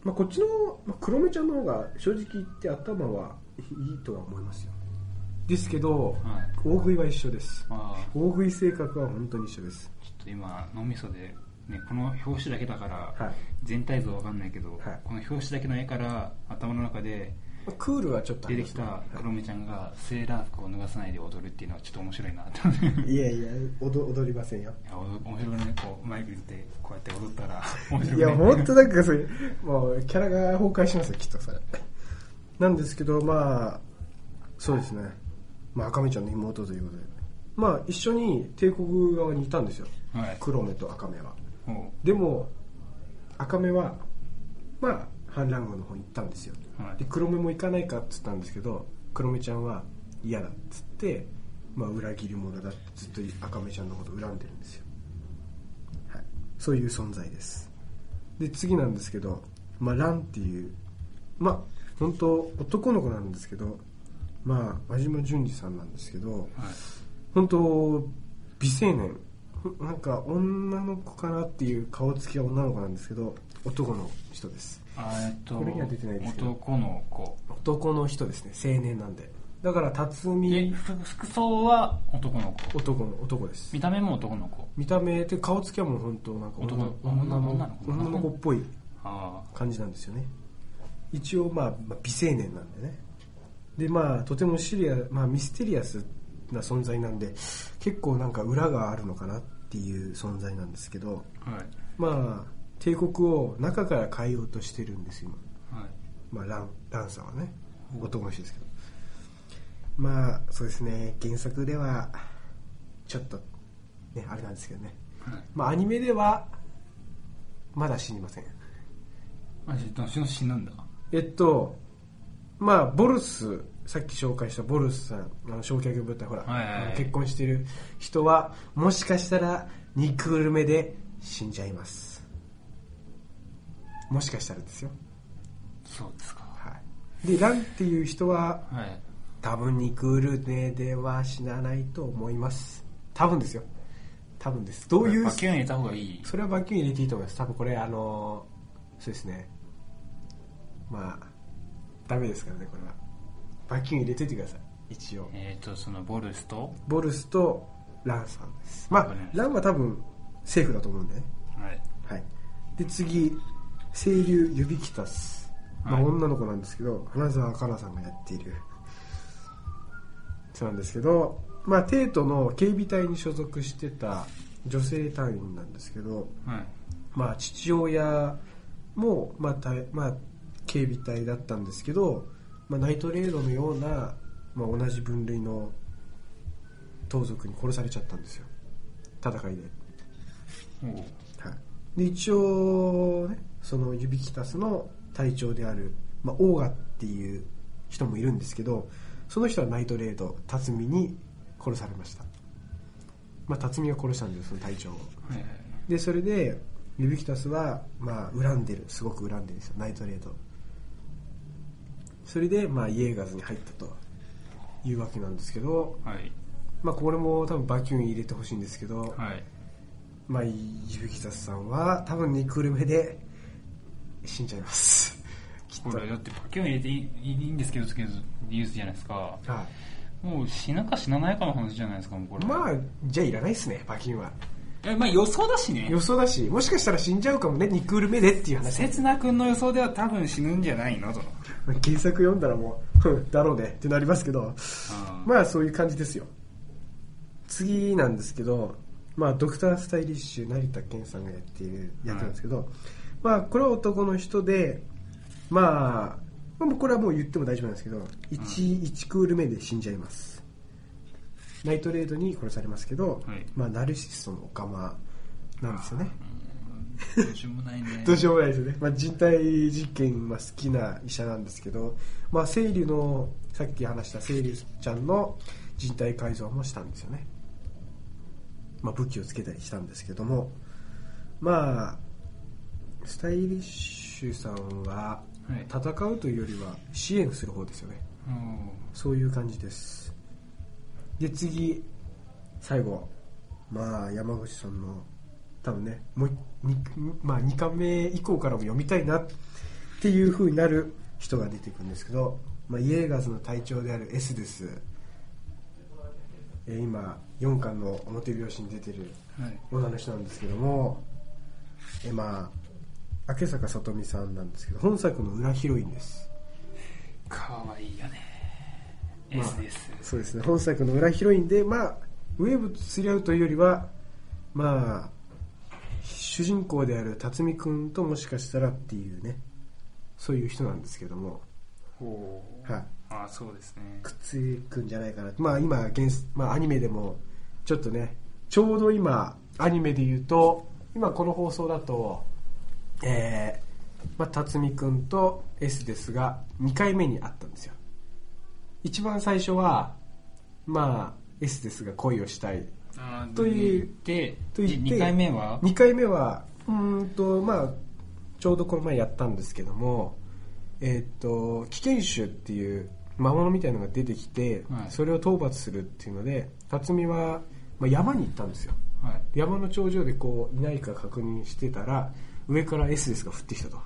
まあこっちの、まあ、黒目ちゃんの方が正直言って頭はいいとは思いますよ。ですけど、はい大食いは一緒です。まあ大食い性格は本当に一緒です。ちょっと今脳みそで、ね、この表紙だけだからはい全体像わかんないけど、はいこの表紙だけの絵から頭の中でまあクールはちょっとあ出りてまきすねた黒目ちゃんがセーラー服を脱がさないで踊るっていうのはちょっと面白いなといいやいや、踊踊りませんよ。や踊面白いねこうマイクでこうやって踊ったら面白い、ね、いや、本当なんかそういう、もうキャラが崩壊しますよ、きっとそれ。なんですけど、まあ、そうですね。まあ、赤目ちゃんの妹ということで。まあ、一緒に帝国側にいたんですよ。はい黒目と赤目は。ほでも、赤目は、まあ、反乱軍の方に行ったんですよ。はいで、黒目も行かないかっつったんですけど、黒目ちゃんは嫌だっつって、まあ、裏切り者だってずっと赤目ちゃんのことを恨んでるんですよ。はい。そういう存在です。で、次なんですけど、まあ、ランっていう、まあ、本当男の子なんですけど、まあ、和島淳二さんなんですけど、うはい本当美青年ふなんか女の子かなっていう顔つきは女の子なんですけど男の人ですあーえっとこれには出てないですけど男の子男の人ですね青年なんでだから辰で巳服服装は男の子男の男です見た目も男の子見た目って顔つきはもう本当なんか女の男女の女の子女の子っぽいあ感じなんですよね一応まあ、まあ美青年なんでねでまあとてもシリア、まあ、ミステリアスな存在なんで結構なんか裏があるのかなっていう存在なんですけどあはいまあ帝国を中から変えようとしてるんです今、はいまあ、ランランさんはね男の人ですけどまあそうですね原作ではちょっとねあれなんですけどね、はいまあアニメではまだ死にませんあ、じゃあ、どの死なんだえっとまあボルスさっき紹介したボルスさん、あの焼却舞台、ほら、はいはいはいあの結婚してる人は、もしかしたら2クール目で死んじゃいます。もしかしたらですよ。そうですか。はい。で、ランっていう人は、はい。多分2クール目では死なないと思います。多分ですよ。多分です。どういうバ、キューン入れた方がいい。それはバキュン入れていいと思います。多分これ、あのーそうですね。まあ、ダメですからね、これは。バキュン入れといてください。一応。えっ、と、そのボルスと、ボルスとランさんです。まあわかりま、したランは多分セーフだと思うんだよね。はい。はい。で、次、清流ユビキタス。まあ、はい女の子なんですけど、花澤香菜さんがやっている。そうなんですけど、まあ、帝都の警備隊に所属してた女性隊員なんですけど、はい。まあ、父親も、まあたまあ、警備隊だったんですけど、まあ、ナイトレードのような、まあ、同じ分類の盗賊に殺されちゃったんですよ戦いで,、おうはい、で一応ねそのユビキタスの隊長である、まあ、オーガっていう人もいるんですけどその人はナイトレード辰巳に殺されました、まあ、辰巳が殺したんですよその隊長をはいはい。でそれでユビキタスは、まあ、恨んでるすごく恨んでるんですよナイトレードそれで、まあ、イエーガーズに入ったというわけなんですけど、はい。まあ、これも多分バキュン入れてほしいんですけど、はい。まあ、ユビキタスさんは多分2クール目で死んじゃいます きっとこれだってバキューン入れていいいいんですけど、つけず理由じゃないですか。はもう死なか死なないかの話じゃないですか、もうこいれ。まあじゃあいらないですねバキュンはえ、まあ予想だしね予。想だしもしかしたら死んじゃうかもね2クール目でっていう話刹那君の予想では多分死ぬんじゃないのと。原作読んだらもう ふんだろうねってなりますけどあまあそういう感じですよ次なんですけど、まあ、ドクタースタイリッシュ成田健さんがやっている役なんですけど、まあこれは男の人でまあまあこれはもう言っても大丈夫なんですけど 1,、一クール目で死んじゃいますナイトレードに殺されますけど、はいまあナルシストのオカマなんですよね。ーどうしようもないねどうしようもないですよね、まあ、人体実験は好きな医者なんですけど、まあ、生理のさっき話した生理ちゃんの人体改造もしたんですよね、まあ、武器をつけたりしたんですけどもまあスタイリッシュさんははい戦うというよりは支援する方ですよねうんそういう感じですで次最後まあ山口さんの多分ねもうにまあ、2巻目以降からも読みたいなっていう風になる人が出てくるんですけど、まあ、イエーガーズの隊長である S ですえー今4巻の表拍子に出てるはい。女の人なんですけどもえまあ明坂さとみさんなんですけど本作の裏ヒロインですかわいいよね。まあ S です。そうですね本作の裏ヒロインで、まあ、ウェーブと釣り合うというよりは、まあ、主人公である辰巳君ともしかしたらっていうねそういう人なんですけども、ほう。はい、ああ、そうですね。くっつくんじゃないかなまあ今現実、まあ、アニメでもちょっとねちょうど今アニメで言うと今この放送だとえー、まあ辰巳くんと S ですが2回目に会ったんですよ一番最初はまあ S ですが恋をしたいあーというで、と言って2回目は2回目はうーんとまあちょうどこの前やったんですけどもえーっと危険種っていう魔物みたいなのが出てきて、はいそれを討伐するっていうので辰巳は、まあ、山に行ったんですよはい。山の頂上でこういないか確認してたら上から S ですが降ってきた と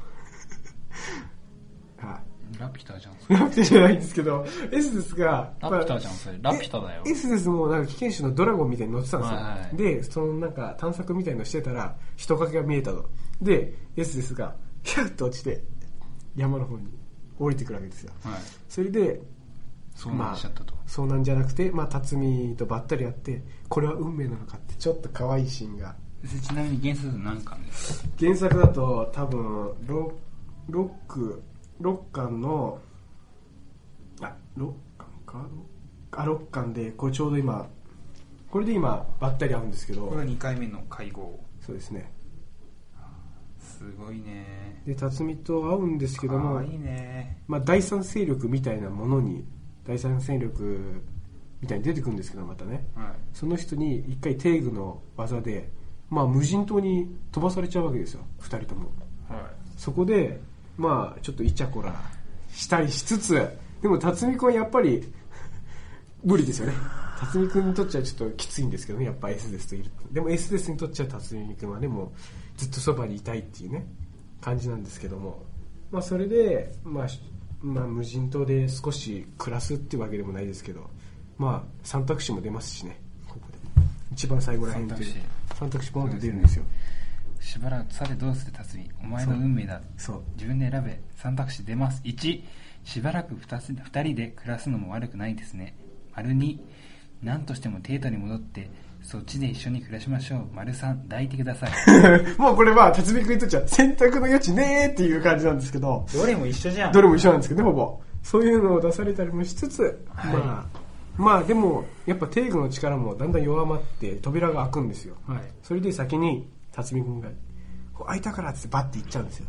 はいラピュタじゃん、それ。ラピュタじゃないん ですけど S ですがラピュタじゃん、それ。ラピュタだよえ。エスですもなんか危険種のドラゴンみたいに乗ってたんですよ、はいはいでそのなんか探索みたいのしてたら人影が見えたとでエスですがひゃっと落ちて山の方に降りてくるわけですよはい。それでそうなっちゃったとまあ。そうなんじゃなくて、まあ、辰巳とばったりやってこれは運命なのかってちょっと可愛いシーンがでちなみに原作何巻ですか原作だと多分ロロック6巻のあ6巻かあ6巻でこれちょうど今これで今ばったり合うんですけど、これが2回目の会合。そうですねすごいね。で辰巳と会うんですけかどもわいいね。まあ、第三勢力みたいなものに第三戦力みたいに出てくるんですけどまたねはその人に一回テーグの技で、まあ、無人島に飛ばされちゃうわけですよ二人ともい。はそこでまあちょっとイチャコラしたりしつつでも辰巳君はやっぱり 無理ですよね辰巳君にとっちゃちょっときついんですけどねやっぱエスデスといるでもエスデスにとっちゃ辰巳君はねもうずっとそばにいたいっていうね感じなんですけどもまあそれで、まあ、しまあ無人島で少し暮らすってわけでもないですけどまあ三択肢も出ますしねここで一番最後らへんっていう三択三択肢ポンと出るんですよい。しばらくさてどうする辰巳お前の運命だそう自分で選べ三択肢出ます1しばらく 2, つ2人で暮らすのも悪くないですね丸2何としてもデータに戻ってそっちで一緒に暮らしましょう丸3抱いてください もうこれは、辰巳君にとっちゃ選択の余地ねーっていう感じなんですけど、い。どれも一緒じゃん。どれも一緒なんですけどね、ほぼ。そういうのを出されたりもしつつ、まあ、まあでも、やっぱテイグの力もだんだん弱まって、扉が開くんですよ。はい。それで先に、辰巳君が、こう開いたからっつってバッて行っちゃうんですよ。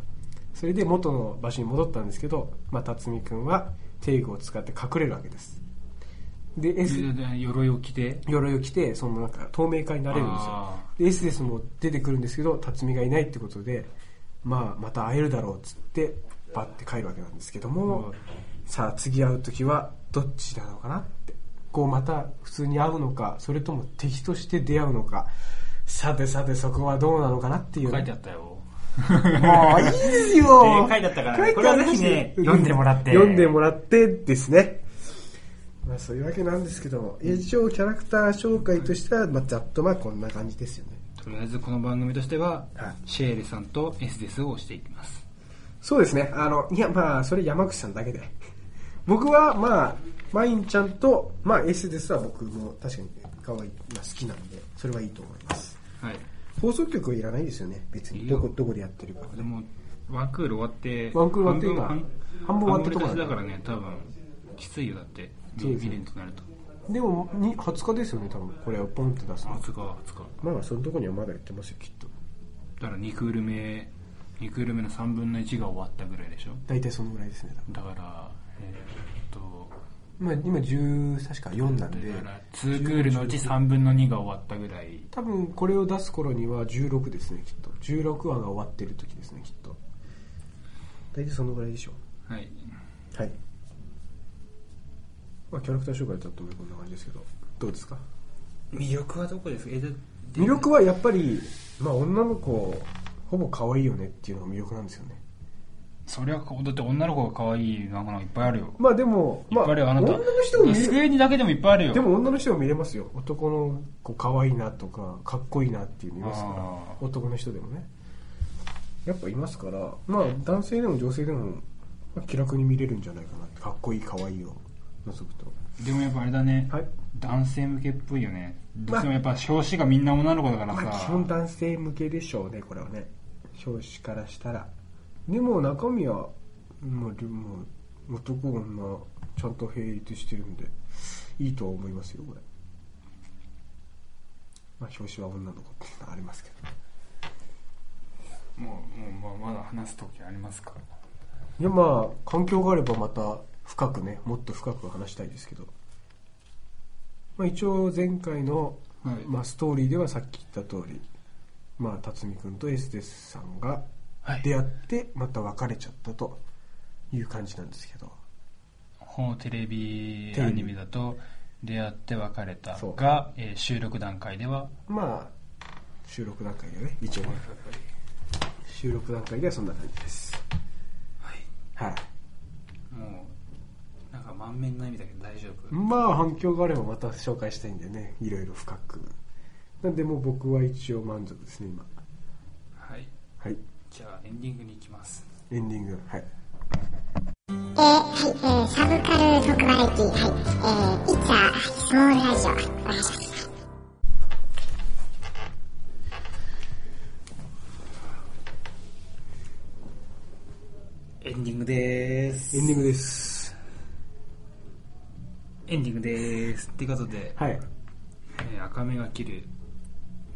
それで元の場所に戻ったんですけど、まあ辰巳君はテイグを使って隠れるわけです。で、S、鎧を着て。鎧を着て、そのなんか透明化になれるんですよ。あでエスデスも出てくるんですけど辰巳がいないってことで、まあ、また会えるだろうっつってバッて帰るわけなんですけども、さあ次会う時はどっちなのかなってこうまた普通に会うのかそれとも敵として出会うのかさてさてそこはどうなのかなっていーう書いてあったよ。もういいですよね書いてあったからね書いてあこれはりましたぜひね読んでもらって読んでもらってですね。まあそういうわけなんですけども、一応キャラクター紹介としては、まあざっとまあこんな感じですよね。 とりあえずこの番組としては、はいシェールさんとエスデスを押していきますそうですね。あの、いや、まあ、それ山口さんだけで。僕は、まあ、マインちゃんと、まあ、エスですは僕も確かに可愛い、まあ、好きなので、それはいいと思います。はい放送局はいらないですよね、別いに。いよどこ、どこでやってるか。でもワンクール終わってワンクール終わって今半分半分終わった半ところ分だだねからね多分きついよだってそうです未ね練となるとでも、に20日ですよね、多分。これをポンって出すのあ。つかあつかまあ、そのとこにはまだやってますよ、きっと。だから2クール目2クール目の3分の1が終わったぐらいでしょ大体そのぐらいですね。多分だからえーっとまあ、今10、確か4なんでだ、から2クールのうち3分の2が終わったぐらい多分これを出す頃には16ですね、きっと。16話が終わってる時ですね、きっと。大体そのぐらいでしょう。はいはい。まあ、キャラクター紹介だったと思うこんな感じですけど、どうですか魅力はどこですかえで魅力はやっぱり、まあ、女の子、ほぼ可愛いよねっていうのが魅力なんですよね。そりゃこうだって女の子が可愛いなんかいっぱいあるよまあでも、いっまぱいあるよあなた女の人も見れ、机にだけでもいっぱいあるよでも女の人も見れますよ。男の子可愛いなとか、かっこいいなっていうのいますかあら、男の人でもね。やっぱいますから、まあ男性でも女性でも、まあ気楽に見れるんじゃないかなって。かっこいい、可愛いを除くと。でもやっぱあれだね、はい。男性向けっぽいよねどうまあしてもやっぱ表紙がみんな女の子だからさ、まあ、基本男性向けでしょうねこれはね表紙からしたらでも中身はもうでも男女ちゃんと並立してるんでいいとは思いますよこれまあ表紙は女の子っていうのはありますけどもうもうまあまだ話す時ありますからいやまあ環境があればまた深くねもっと深く話したいですけど、まあ、一応前回の、はいまあ、ストーリーではさっき言った通りまあ辰巳君とエステスさんがはい出会ってまた別れちゃったという感じなんですけど、本テレビアニメだと出会って別れたそうが、えー収録段階ではまあ収録段階でね一応ね収録段階ではそんな感じですはい、もうなんか満面の笑みだけど大丈夫まあ反響があればまた紹介したいんでねいろいろ深くなんでもう僕は一応満足ですね今はいはいじゃあエンディングに行きますエンディングはいえーはい、えーサブカル特バラエティはい、えー、It's a Small ラジオ、お願いします。エンディングでーす。エンディングですエンディングでーすっていうことで、はいえー赤目が切る、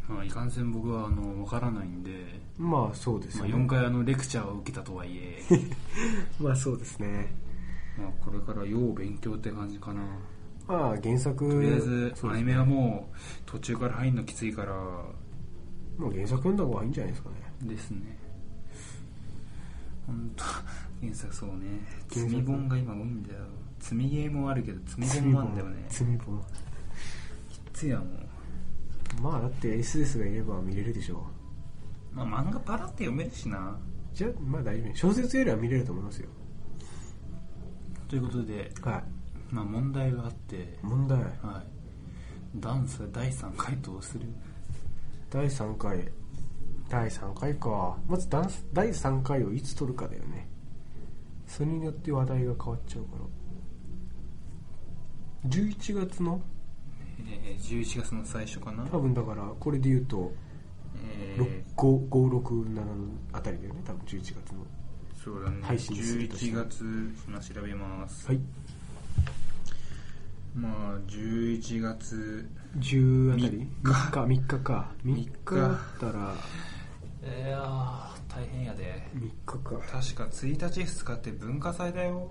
まあ、いかんせん僕はあのわからないんで、まあそうですまあ、ね4回あのレクチャーを受けたとはいえまあそうですねまあ、これから要勉強って感じかな。まあ原作とりあえず、アニメはもう途中から入るのきついからもう原作読んだ方がいいんじゃないですかねですね。ほんと、原作そうね。積原作み本が今多いんだよ。積みゲームもあるけど、積み本もあるんだよね。罪本つやもう。まあだってエリスですがいれば見れるでしょうまあ、漫画パラって読めるしな。じゃあまあ大丈夫小説よりは見れると思いますよということで、はいまあ問題があって、問題はい。ダンス第3回どうする第3回第3回かまずダンス第3回をいつ撮るかだよねそれによって話題が変わっちゃうから11月のえー、11月の最初かな多分だからこれで言うとえー、 567あたりだよね多分11月のそうだね。配信するとして11月、今調べます。はいまあ、11月、 10あたり三日3日か3日日だったらいやー、大変やで。 3日か確か1日2日って文化祭だよ。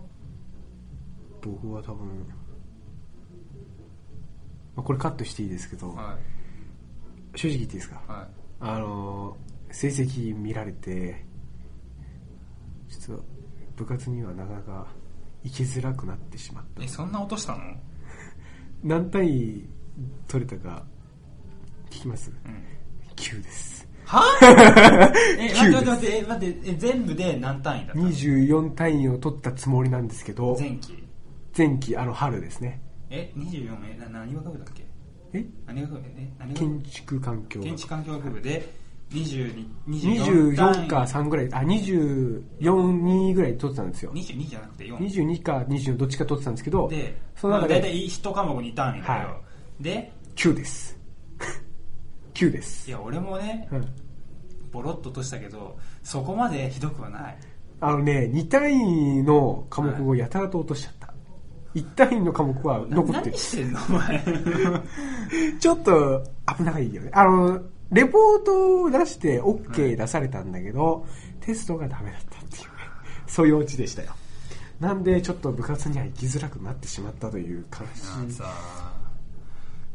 僕は多分、まあ、これカットしていいですけど、は正直言っていいですかい。はあの成績見られてちょっと部活にはなかなか行きづらくなってしまっい。え、たそんな落としたの何単位取れたか聞きますうん。 9ですはえ、待って待って待って、え、待って、え、全部で何単位だったの24単位を取ったつもりなんですけど前期。前期あの春ですねえ、24、え、な何学部だっけえ何学部え、何学建部築環境建築環境学部で、22、24 24単位か3ぐらいあ24 2ぐらい取ってたんですよ22じゃなくて4。 22か24どっちか取ってたんですけどで、その中まあで大体1科目2単位だけど、はで、 9です。9でいす。や、俺もね、うん。ボロッと落としたけど、そこまでひどくはない。あのね、2単位の科目をやたらと落としちゃった。1単位の科目はな残ってる何。して んの、お前。ちょっと危ないよね。あの、レポートを出して OK 出されたんだけど、テストがダメだったっていうね。 そういうオチでしたよ。なんで、ちょっと部活には行きづらくなってしまったという悲あのしいさ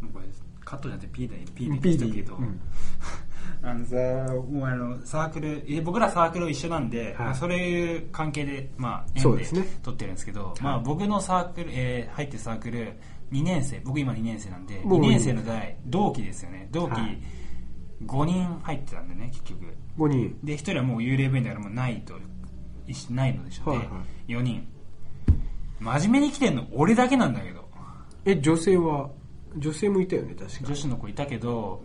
もうこれカットじゃなくて P だよ P で P 言っでいたけいど、うん あのさもうあのサークルえ僕らサークル一緒なんで、まあ、それいう関係でまあそ縁うでですね撮ってるんですけどまあ、僕のサークル、えー入ってるサークル2年生僕今2年生なんでも2う年生の代同期ですよね同期はい5人入ってたんでね結局5人。で1人はもう幽霊部員だからもうないといしないのでしょ、はいはいで4人真面目に来てんの俺だけなんだけどえ、女性は、女性もいたよね、確か女。子の子いたけど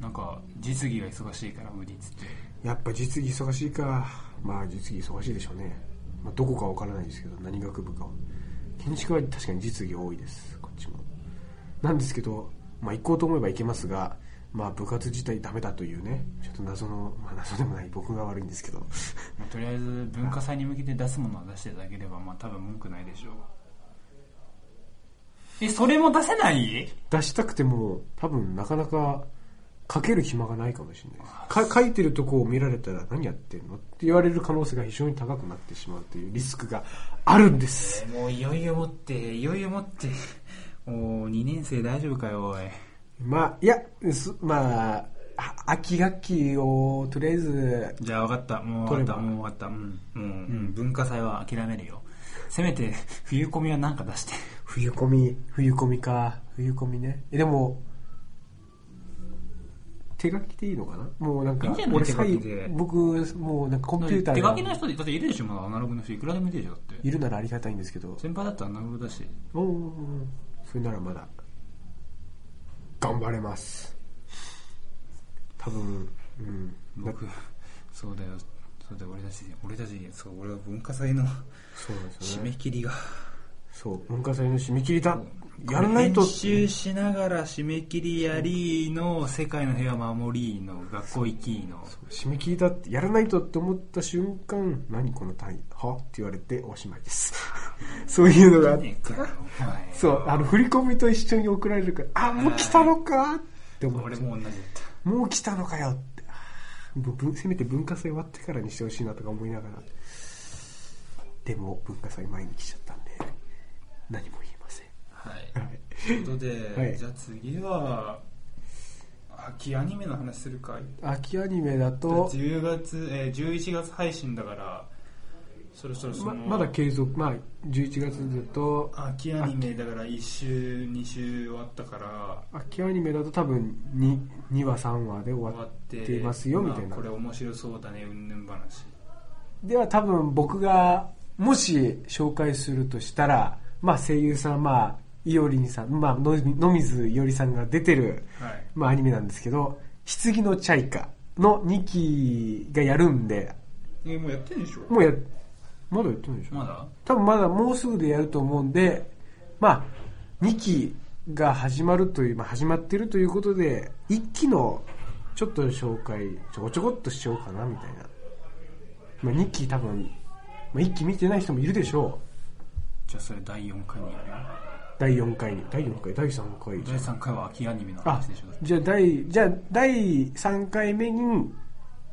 なんか実技が忙しいから無理っつってやっぱ実技忙しいか。まあ実技忙しいでしょうね。まあ、どこかわからないですけど、何学部かは。建築は確かに実技多いです、こっちも。なんですけど、まあ行こうと思えば行けますが、まあ部活自体ダメだというね、ちょっと謎の、まあ謎でもない僕が悪いんですけど。まあとりあえず文化祭に向けて出すものは出していただければまあ多分文句ないでしょうえそれも出せない出したくても多分なかなか書ける暇がないかもしれないですか書いてるとこを見られたら何やってんのって言われる可能性が非常に高くなってしまうというリスクがあるんです。もういよいよ持っていよいよ持ってお2年生大丈夫かよおいまあ、いや、すまあ、あ秋学期をとりあえず、じゃあ分かったもう取分かれったばもう分かったうん、うんうん、文化祭は諦めるよせめて冬コミはなんか出して冬コミ、冬コミか、冬コミね。え、でも、手書きでいいのかなもうなんか、いいんじゃない俺手書き左右で僕、もうなんかコンピューター手書きのが人だっているでしょまだアナログの人いくらでもいるでしょだっているならありがたいんですけど、先輩だったらアナログだしおーそれならまだ、頑張れます。多分、うん。僕そうだよそうだよ俺たち俺たちそう俺は文化祭のそうなんで締すよめね。切りがそう、文化祭の締め切りだ。やらないと。練習しながら締め切りやりの世界の平和守りの学校行きの締め切りだってやらないとって思った瞬間何この単位はって言われておしまいです そういうのがあっねえてかよお前そうあの振り込みと一緒に送られるからあもう来たのかって思っ俺ても同じだったもう来たのかよってあーぶぶせめて文化祭終わってからにしてほしいなとか思いながらでも文化祭前に来ちゃったんで何も言えませんはいはいということで、はいじゃあ次は秋アニメの話するか秋アニメだと10月、えー、11月配信だからそろそろその、ままだ継続まあ11月だと秋アニメだから1週2週終わったから秋アニメだと多分 2, 2話3話で終終わわっっててますよみたいなあこれ面白そうだねうんぬん話では多分僕がもし紹介するとしたら、まあ、声優さんまあいおりんさん、まあ、の野水いおりさんが出てる、はいまあ、アニメなんですけど「棺のチャイカ」の2期がやるんでえもうやってんでしょもうやまだやってないでしょまだ多分まだもうすぐでやると思うんで、まあ、2期が始まるという、まあ、始まってるということで、1期のちょっと紹介、ちょこちょこっとしようかな、みたいな。まあ、2期多分、まあ、1期見てない人もいるでしょじゃあそれ第4回にやるよう。第4回に。第4回第3回じゃ第ん3回は秋アニメのあ話でしょだっ、てじゃあ第、じゃあ第3回目に、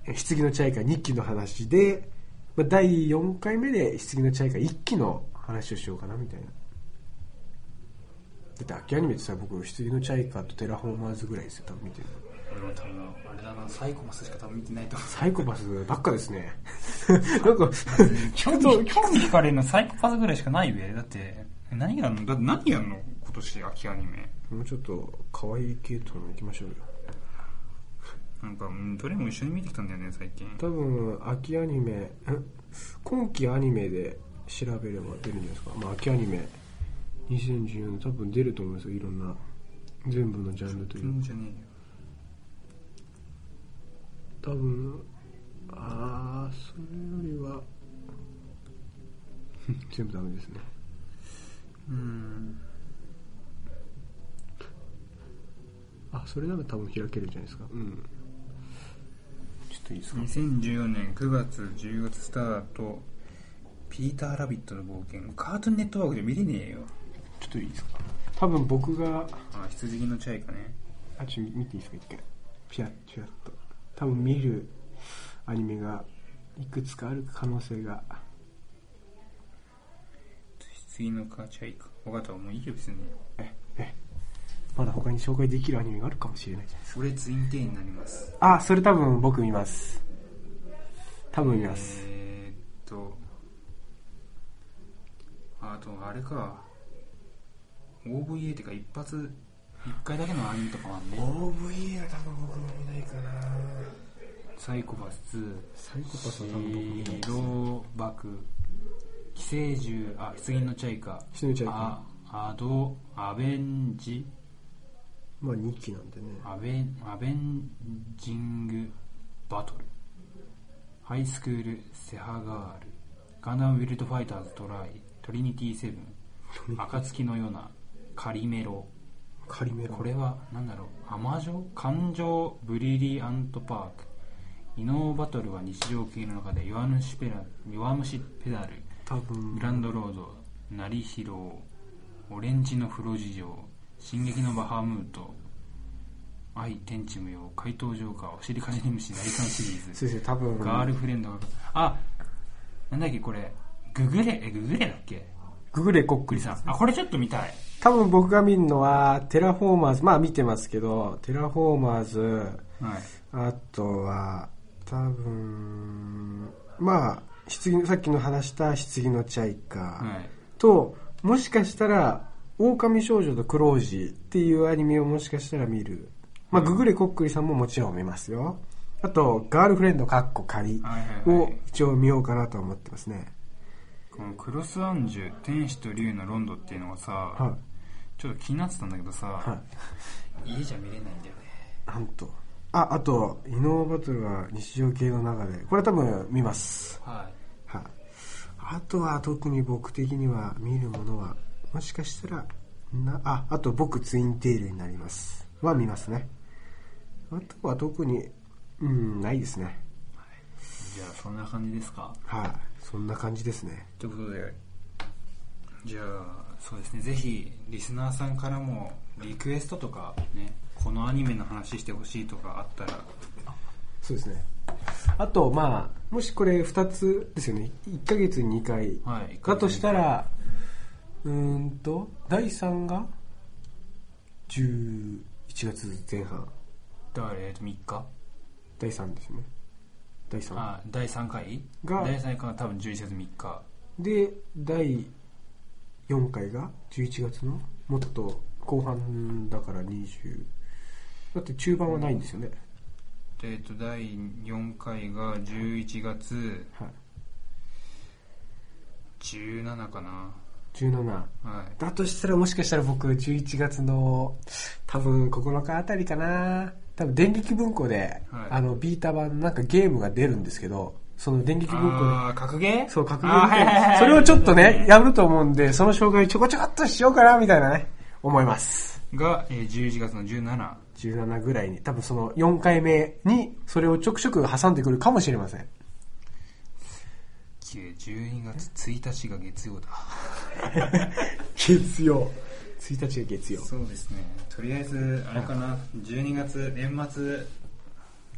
え棺のチャイカ2期の話で、まあ、第4回目で棺のチャイカ1期の話をしようかなみたいな。だって秋アニメってさ、僕、棺のチャイカとテラフォーマーズぐらいですよ、多分見てるの。俺も多分あれだなサイコマスしか多分見てないと思うサイコパスばっかですね。 なんか、 興味興味惹かれるのサイコパスぐらいしかないべだって何やんのだって何やんの今年秋アニメもうちょっと可愛い系との行きましょうよ。なんかうんどれも一緒に見てきたんだよね最近多分、秋アニメ、 ん今期アニメで調べれば出るんじゃないですか。まあ、秋アニメ2014多分出ると思いますよ、いろんな。全部のジャンルという全か。じゃねえよ多分、あー、それよりは、 全部ダメですね。うんあ、それなら多分開けるんじゃないですか。うん。ちょっといいですか。 2014年9月10月スタートピーター・ラビットの冒険カートゥーンネットワークじゃ見れねえよちょっといいですか。多分僕が、あ羊のチャイかねあ、ちょ、見ていいですか、一回。ピラッ、ピラッと。多分見るアニメが、いくつかある可能性が。羊のカチャイか分かったもういいよ別にえ、え、まだ他に紹介できるアニメがあるかもしれないじゃないですか。俺ツインテールになりますあ、それ多分僕見ます。多分見ます。えー、っとあとあれか OVA ってか一発一回だけのアニメとかもあんね OVA は多分僕も見ないかなサイコパス2サイコパスは多分僕見なヒいです。ロバク寄生獣あ棺のチャイカひのちゃんいかあアドアベンジまあ2期なんでね。アベンアベンジングバトルハイスクールセハガールガンダムビルドファイターズトライトリニティセブン暁のようなカリメロ仮メロ。これは何だろう甘情感情ブリリアントパーク異能バトルは日常系の中で弱虫ペラ弱虫ペダル多分グ、ランドロード、成広、オレンジの風呂事情、進撃のバハムート、愛、天地無用、怪盗ジョーカー、お尻かじり虫、大寒シリーズ、先生多分、ガールフレンドが、あ、なんだっけこれ、ググレ、え、ググレだっけググレコックグリリさん。あ、これちょっと見たい。多分僕が見るのは、テラフォーマーズ、まあ見てますけど、テラフォーマーズ、はい。あとは、多分、まあ、棺さっきの話した棺のチャイカ、はい。と、もしかしたら、狼少女とクロージーっていうアニメをもしかしたら見る。まあ、ググレコックリさんももちろん見ますよ。あと、ガールフレンドカッコ仮はいはいはをい。一応見ようかなと思ってますね。このクロスアンジュ、天使と竜のロンドっていうのがさ、はちょっと気になってたんだけどさ、い。はい。家じゃ見れないんだよね。なんと。あ、あと、イノーバトルは日常系の中で、これ多分見ます。はい。はい。あとは特に僕的には見るものは、もしかしたら、な、あ、あと僕ツインテールになります。は見ますね。あとは特に、うん、ないですね。じゃあそんな感じですかはい、そんな感じですね。ということでじゃあそうですねぜひリスナーさんからもリクエストとかねこのアニメの話してほしいとかあったらそうですね。あと、まあ、もしこれ2つですよね。1ヶ月に2回。はいだとしたら、うーんと、第3が11月前半。だから、えっと、3日第3ですね。第3。あ、第3回が第3回が多分11月3日。で、第4回が11月のもっと後半だから20。だって中盤はないんですよね。でえっと、第4回が11月はい。 17かな。 17。はい。だとしたらもしかしたら僕11月の多分9日あたりかな多分電撃文庫で、はいあのビータ版なんかゲームが出るんですけどその電撃文庫ああ、格ゲーでそう格あー言はいはいはいそれをちょっとねやると思うんでその紹介ちょこちょこっとしようかなみたいなね思いますが、えー、11月の17。 17ぐらいに多分その4回目にそれをちょくちょく挟んでくるかもしれません9 12月1日が月曜だ。月曜1日が 月曜そうですね。とりあえず、あれかな、12月、年末、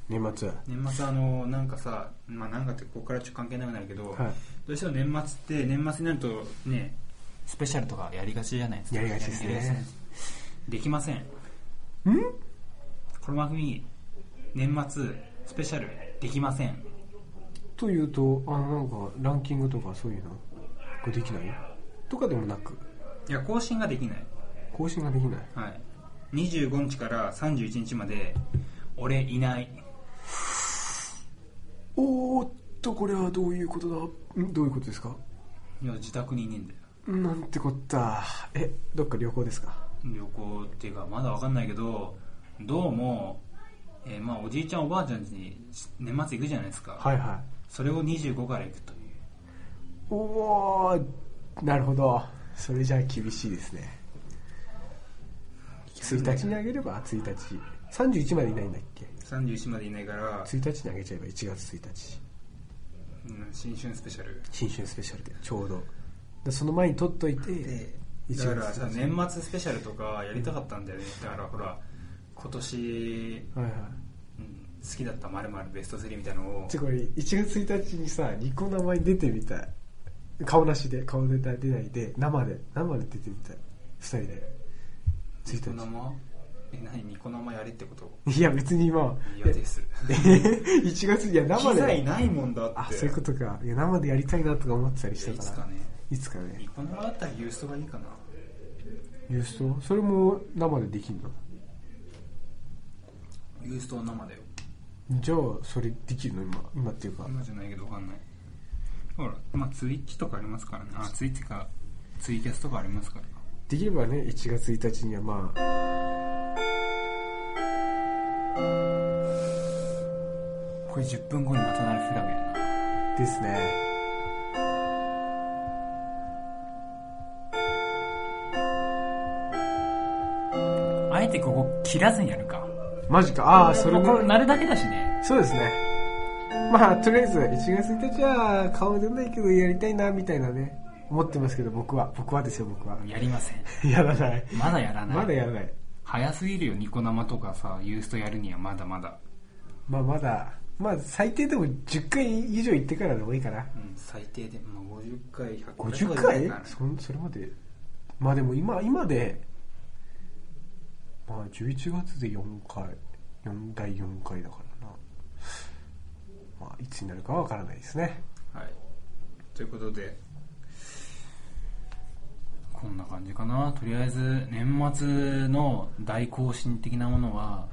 年末は年末あの、なんかさ、まあなんかってここからちょっと関係なくなるけど、はいどうしても年末って、年末になるとね、スペシャルとかやりがちじゃないですか。やりがちですねやりがちなんできません。んこの番組、年末、スペシャル、できません。というとあのなんかランキングとかそういうのこれできないとかでもなくいや、更新ができない。更新ができないはい。25日から31日まで、俺いない。おーっとこれはどういうことだんどういうことですかいや、自宅にいねえんだよ。なんてこったえどっか旅行ですか旅行っていうか、まだわかんないけど、どうも、えーまあ、おじいちゃんおばあちゃん家に年末行くじゃないですか。はいはいそれを25から行くという。おーなるほどそれじゃあ厳しいですね1日にあげれば1日31までいないんだっけ31までいないから、 1日にあげちゃえば1月1日うん新春スペシャル。新春スペシャルでちょうどでその前に撮っといて1だから月さ1、日年末スペシャルとかやりたかったんだよね。だからほら、今年、はいはいうん好きだった〇〇ベスト3みたいなのをちょ、これ1月1日にさニコ生に出てみたい顔なしで顔出た出ないで生で生で出てみたい2人でニコ1生え、何ニコ生やれってこと日いや別に今は嫌です。え1月 いや生機材でないもんだって。あそういうことかいや生でやりたいなとか思ってたりしいやいたつかからね。いつかねニコ生だったらユーストがいいかな。ユーストそれも生でできんのユーストは生だよ。じゃあそれできるの今今っていうか今じゃないけどわかんない。ほら、まあツイッチとかありますからね。あ、ツイッチか、ツイキャスとかありますから。できればね1月1日にはまあこれ10分後にまたなるフラグやな。ですねあえてここ切らずにやるか。マジかああそれももうこれなるだけだしね。そうですね。まあ、とりあえず、1月1日は顔出ないけどやりたいな、みたいなね、思ってますけど、僕は、僕はですよ、僕は。やりません。やらない。まだやらない。まだやらない。早すぎるよ、ニコ生とかさ、ユーストやるにはまだまだ。まあ、まだ、まあ、最低でも10回以上行ってからでもいいかな。うん、最低で、まあ、50回、100 50回そんそれまで。まあでも今、今で、まあ11月で4回、4第4回だからな。まあ、いつになるかはわからないですね。はい。ということで、こんな感じかな。とりあえず、年末の大更新的なものは、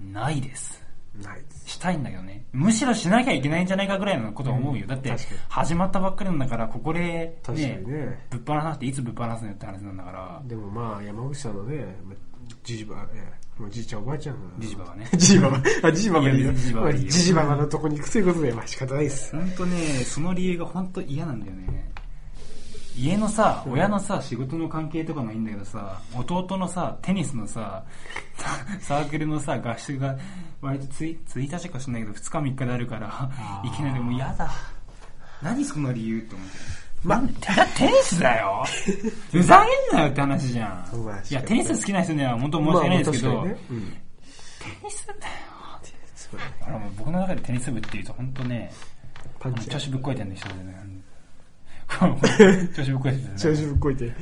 ないです。ないです。したいんだけどね。むしろしなきゃいけないんじゃないかぐらいのことは思うよ。だって確かに、始まったばっかりなんだから、ここで、ね、確かにねぶっ放していつぶっ放すのよって話なんだから、でもまあ山口さんのね、まあじじば、ええもうじいちゃんおばあちゃんの。。ジジババね じじばば。あ、じじばばいいよ。いやじじばばいいよじじばばのとこに行くということで、まあ仕方ないです。ほんとね、その理由がほんと嫌なんだよね。家のさ、親のさ、仕事の関係とかもいいんだけどさ、弟のさ、テニスのさ、 サークルのさ、合宿が、割とつい、1日しかしないけど、2日3日であるから、いきなりもう嫌だ。何その理由って思って。ま、テニスだよふざけんなよって話じゃそうんだ。いや、テニス好きな人には本当申し訳ないですけど、まあまあ確かにねうんテニスだよ。ですこれほらもう僕の中でテニス部っていうと本当ねパンチ調子ぶっこいてるんでしょうね調子ぶっこいてるんです調よ子ねぶっこいて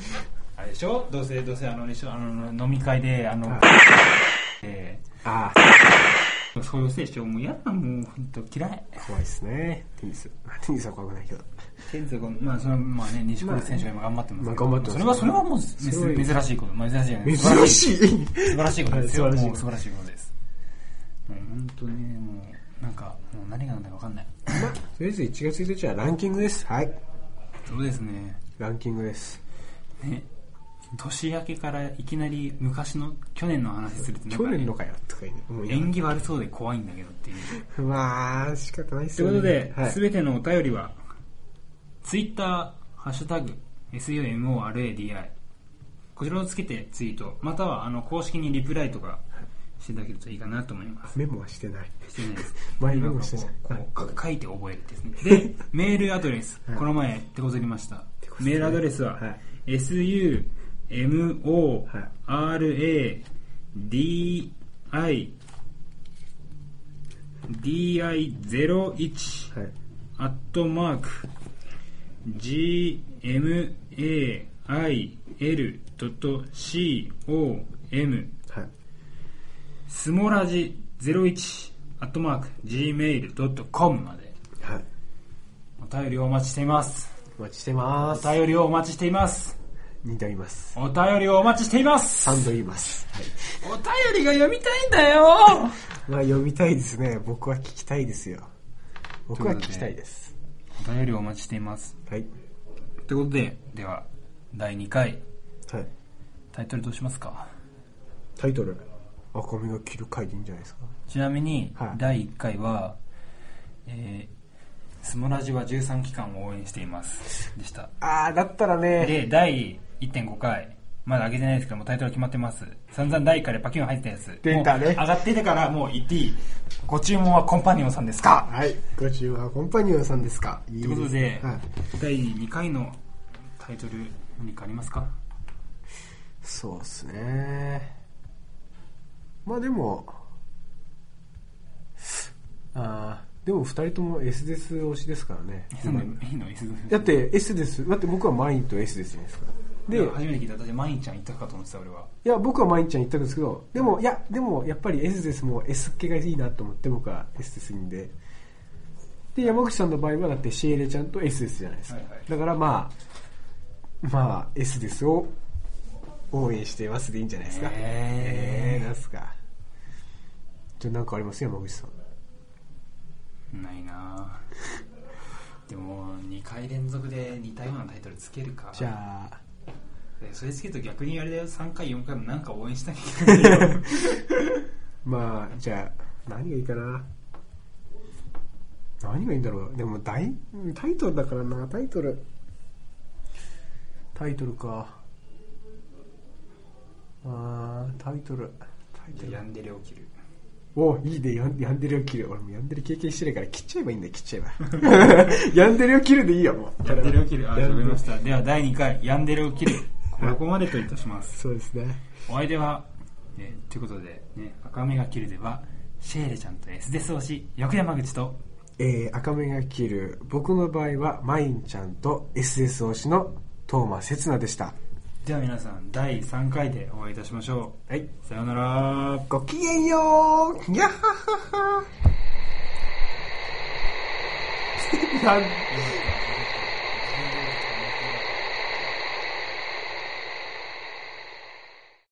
あれでしょどうせどうせあのでしょあの飲み会であのはいえああーそういうせいでしょもう嫌だもう本当嫌い怖いですねテニスまあテニスは怖くないけどテニスはまあそれはまあね錦織選手が今頑張ってますけどまあ頑張ってますそれはそれはもう珍すごい珍しいことまあ珍しいよね珍しい素晴らしいことですよ。はもいう素晴らしい素晴らしいことです。もう本当ね、もう、なんか、もう何がなんだかわかんない。まあとりあえず1月1日はランキングですはいそうですね。ランキングですね。年明けからいきなり昔の、去年の話するとなんか去ね、年のかよとか言う思いなが縁起悪そうで怖いんだけどっていう。らまあ仕方ないっすというよこねとでは、すいべてのお便りは、ツイッター、ハッシュタグ、SUMORADI、こちらをつけてツイート、またはあの公式にリプライとかしていただけるといいかなと思います。メモはしてないしてないです。前メモしてないこうこう書いて覚えるですね。 で、メールアドレス、この前手こずりました。メールアドレスははい sumoradi di01 はいアットマーク gmail.com はいスモラジ01アットマーク gmail.com まではいお便りをお待ちしていますお待ちしてまおす便りをお待ちしています2度言いますお便りをお待ちしています3度言いますはいお便りが読みたいんだよまあ読みたいですね僕は聞きたいですよ僕は聞きたいですお便りをお待ちしていますはいということででは第2回はいタイトルどうしますかタイトル赤身が着る回でいいんじゃないですかちなみに、はい第1回は、えー、スモラジは13期間を応援していますでしたああだったらねで、第1.5回、まだ上げてないですけども、タイトル決まってます。散々第1回でパキュン入ってたやつ。出たねもう上がってたから、もう言っていい。ご注文はコンパニオンさんですかはいご注文はコンパニオンさんですかいいということすで、はい、第2回のタイトル、何かありますかそうっすねまあでもああでも2人とも S です推しですからねいいのいいのいいのだって S ですだって僕はマインと S ですじゃないですかでで、初めて聞いた私、マインちゃん言ったかと思ってた、俺は。いや、僕は毎日は言ったんですけど、でも、いや、でも、やっぱり S ですも S 系がいいなと思って、僕は S ですいいんで。で、山口さんの場合は、だってシエレちゃんと S ですじゃないですか。はいはいだから、まあ、まあ、S ですを応援してますでいいんじゃないですか。へーえー、なんすか。じゃあ、なんかあります山口さん。ないなぁでも、2回連続で似たようなタイトルつけるか。じゃあ、でそれつけると逆にあれだよ、3回、4回もなんか応援しなきゃいけないよ。まあ、じゃあ、何がいいかな。何がいいんだろう。でも大、タイトルだからな、タイトル。タイトルか。あー、タイトル。タイトヤル。ンデレを切る。おいいね、ヤンヤンデレを切る。俺もヤンデレ経験してないから、切っちゃえばいいんだよ、切っちゃえば。 ヤンデレを切るでいいよ、もう。ヤンデレを切る。あ、ヤンデレ喋りました。では、第2回、ヤンデレを切る。 ここまでといたします。そうですね。お相手は、えーということで、ね、赤目が切るでは、シェーレちゃんと S デス推し、横山口と、えー、赤目が切る。僕の場合は、マインちゃんと SS 推しのトーマ刹那でした。では皆さん、第3回でお会いいたしましょう。はい。さようなら。ごきげん ようやっはっはっはなん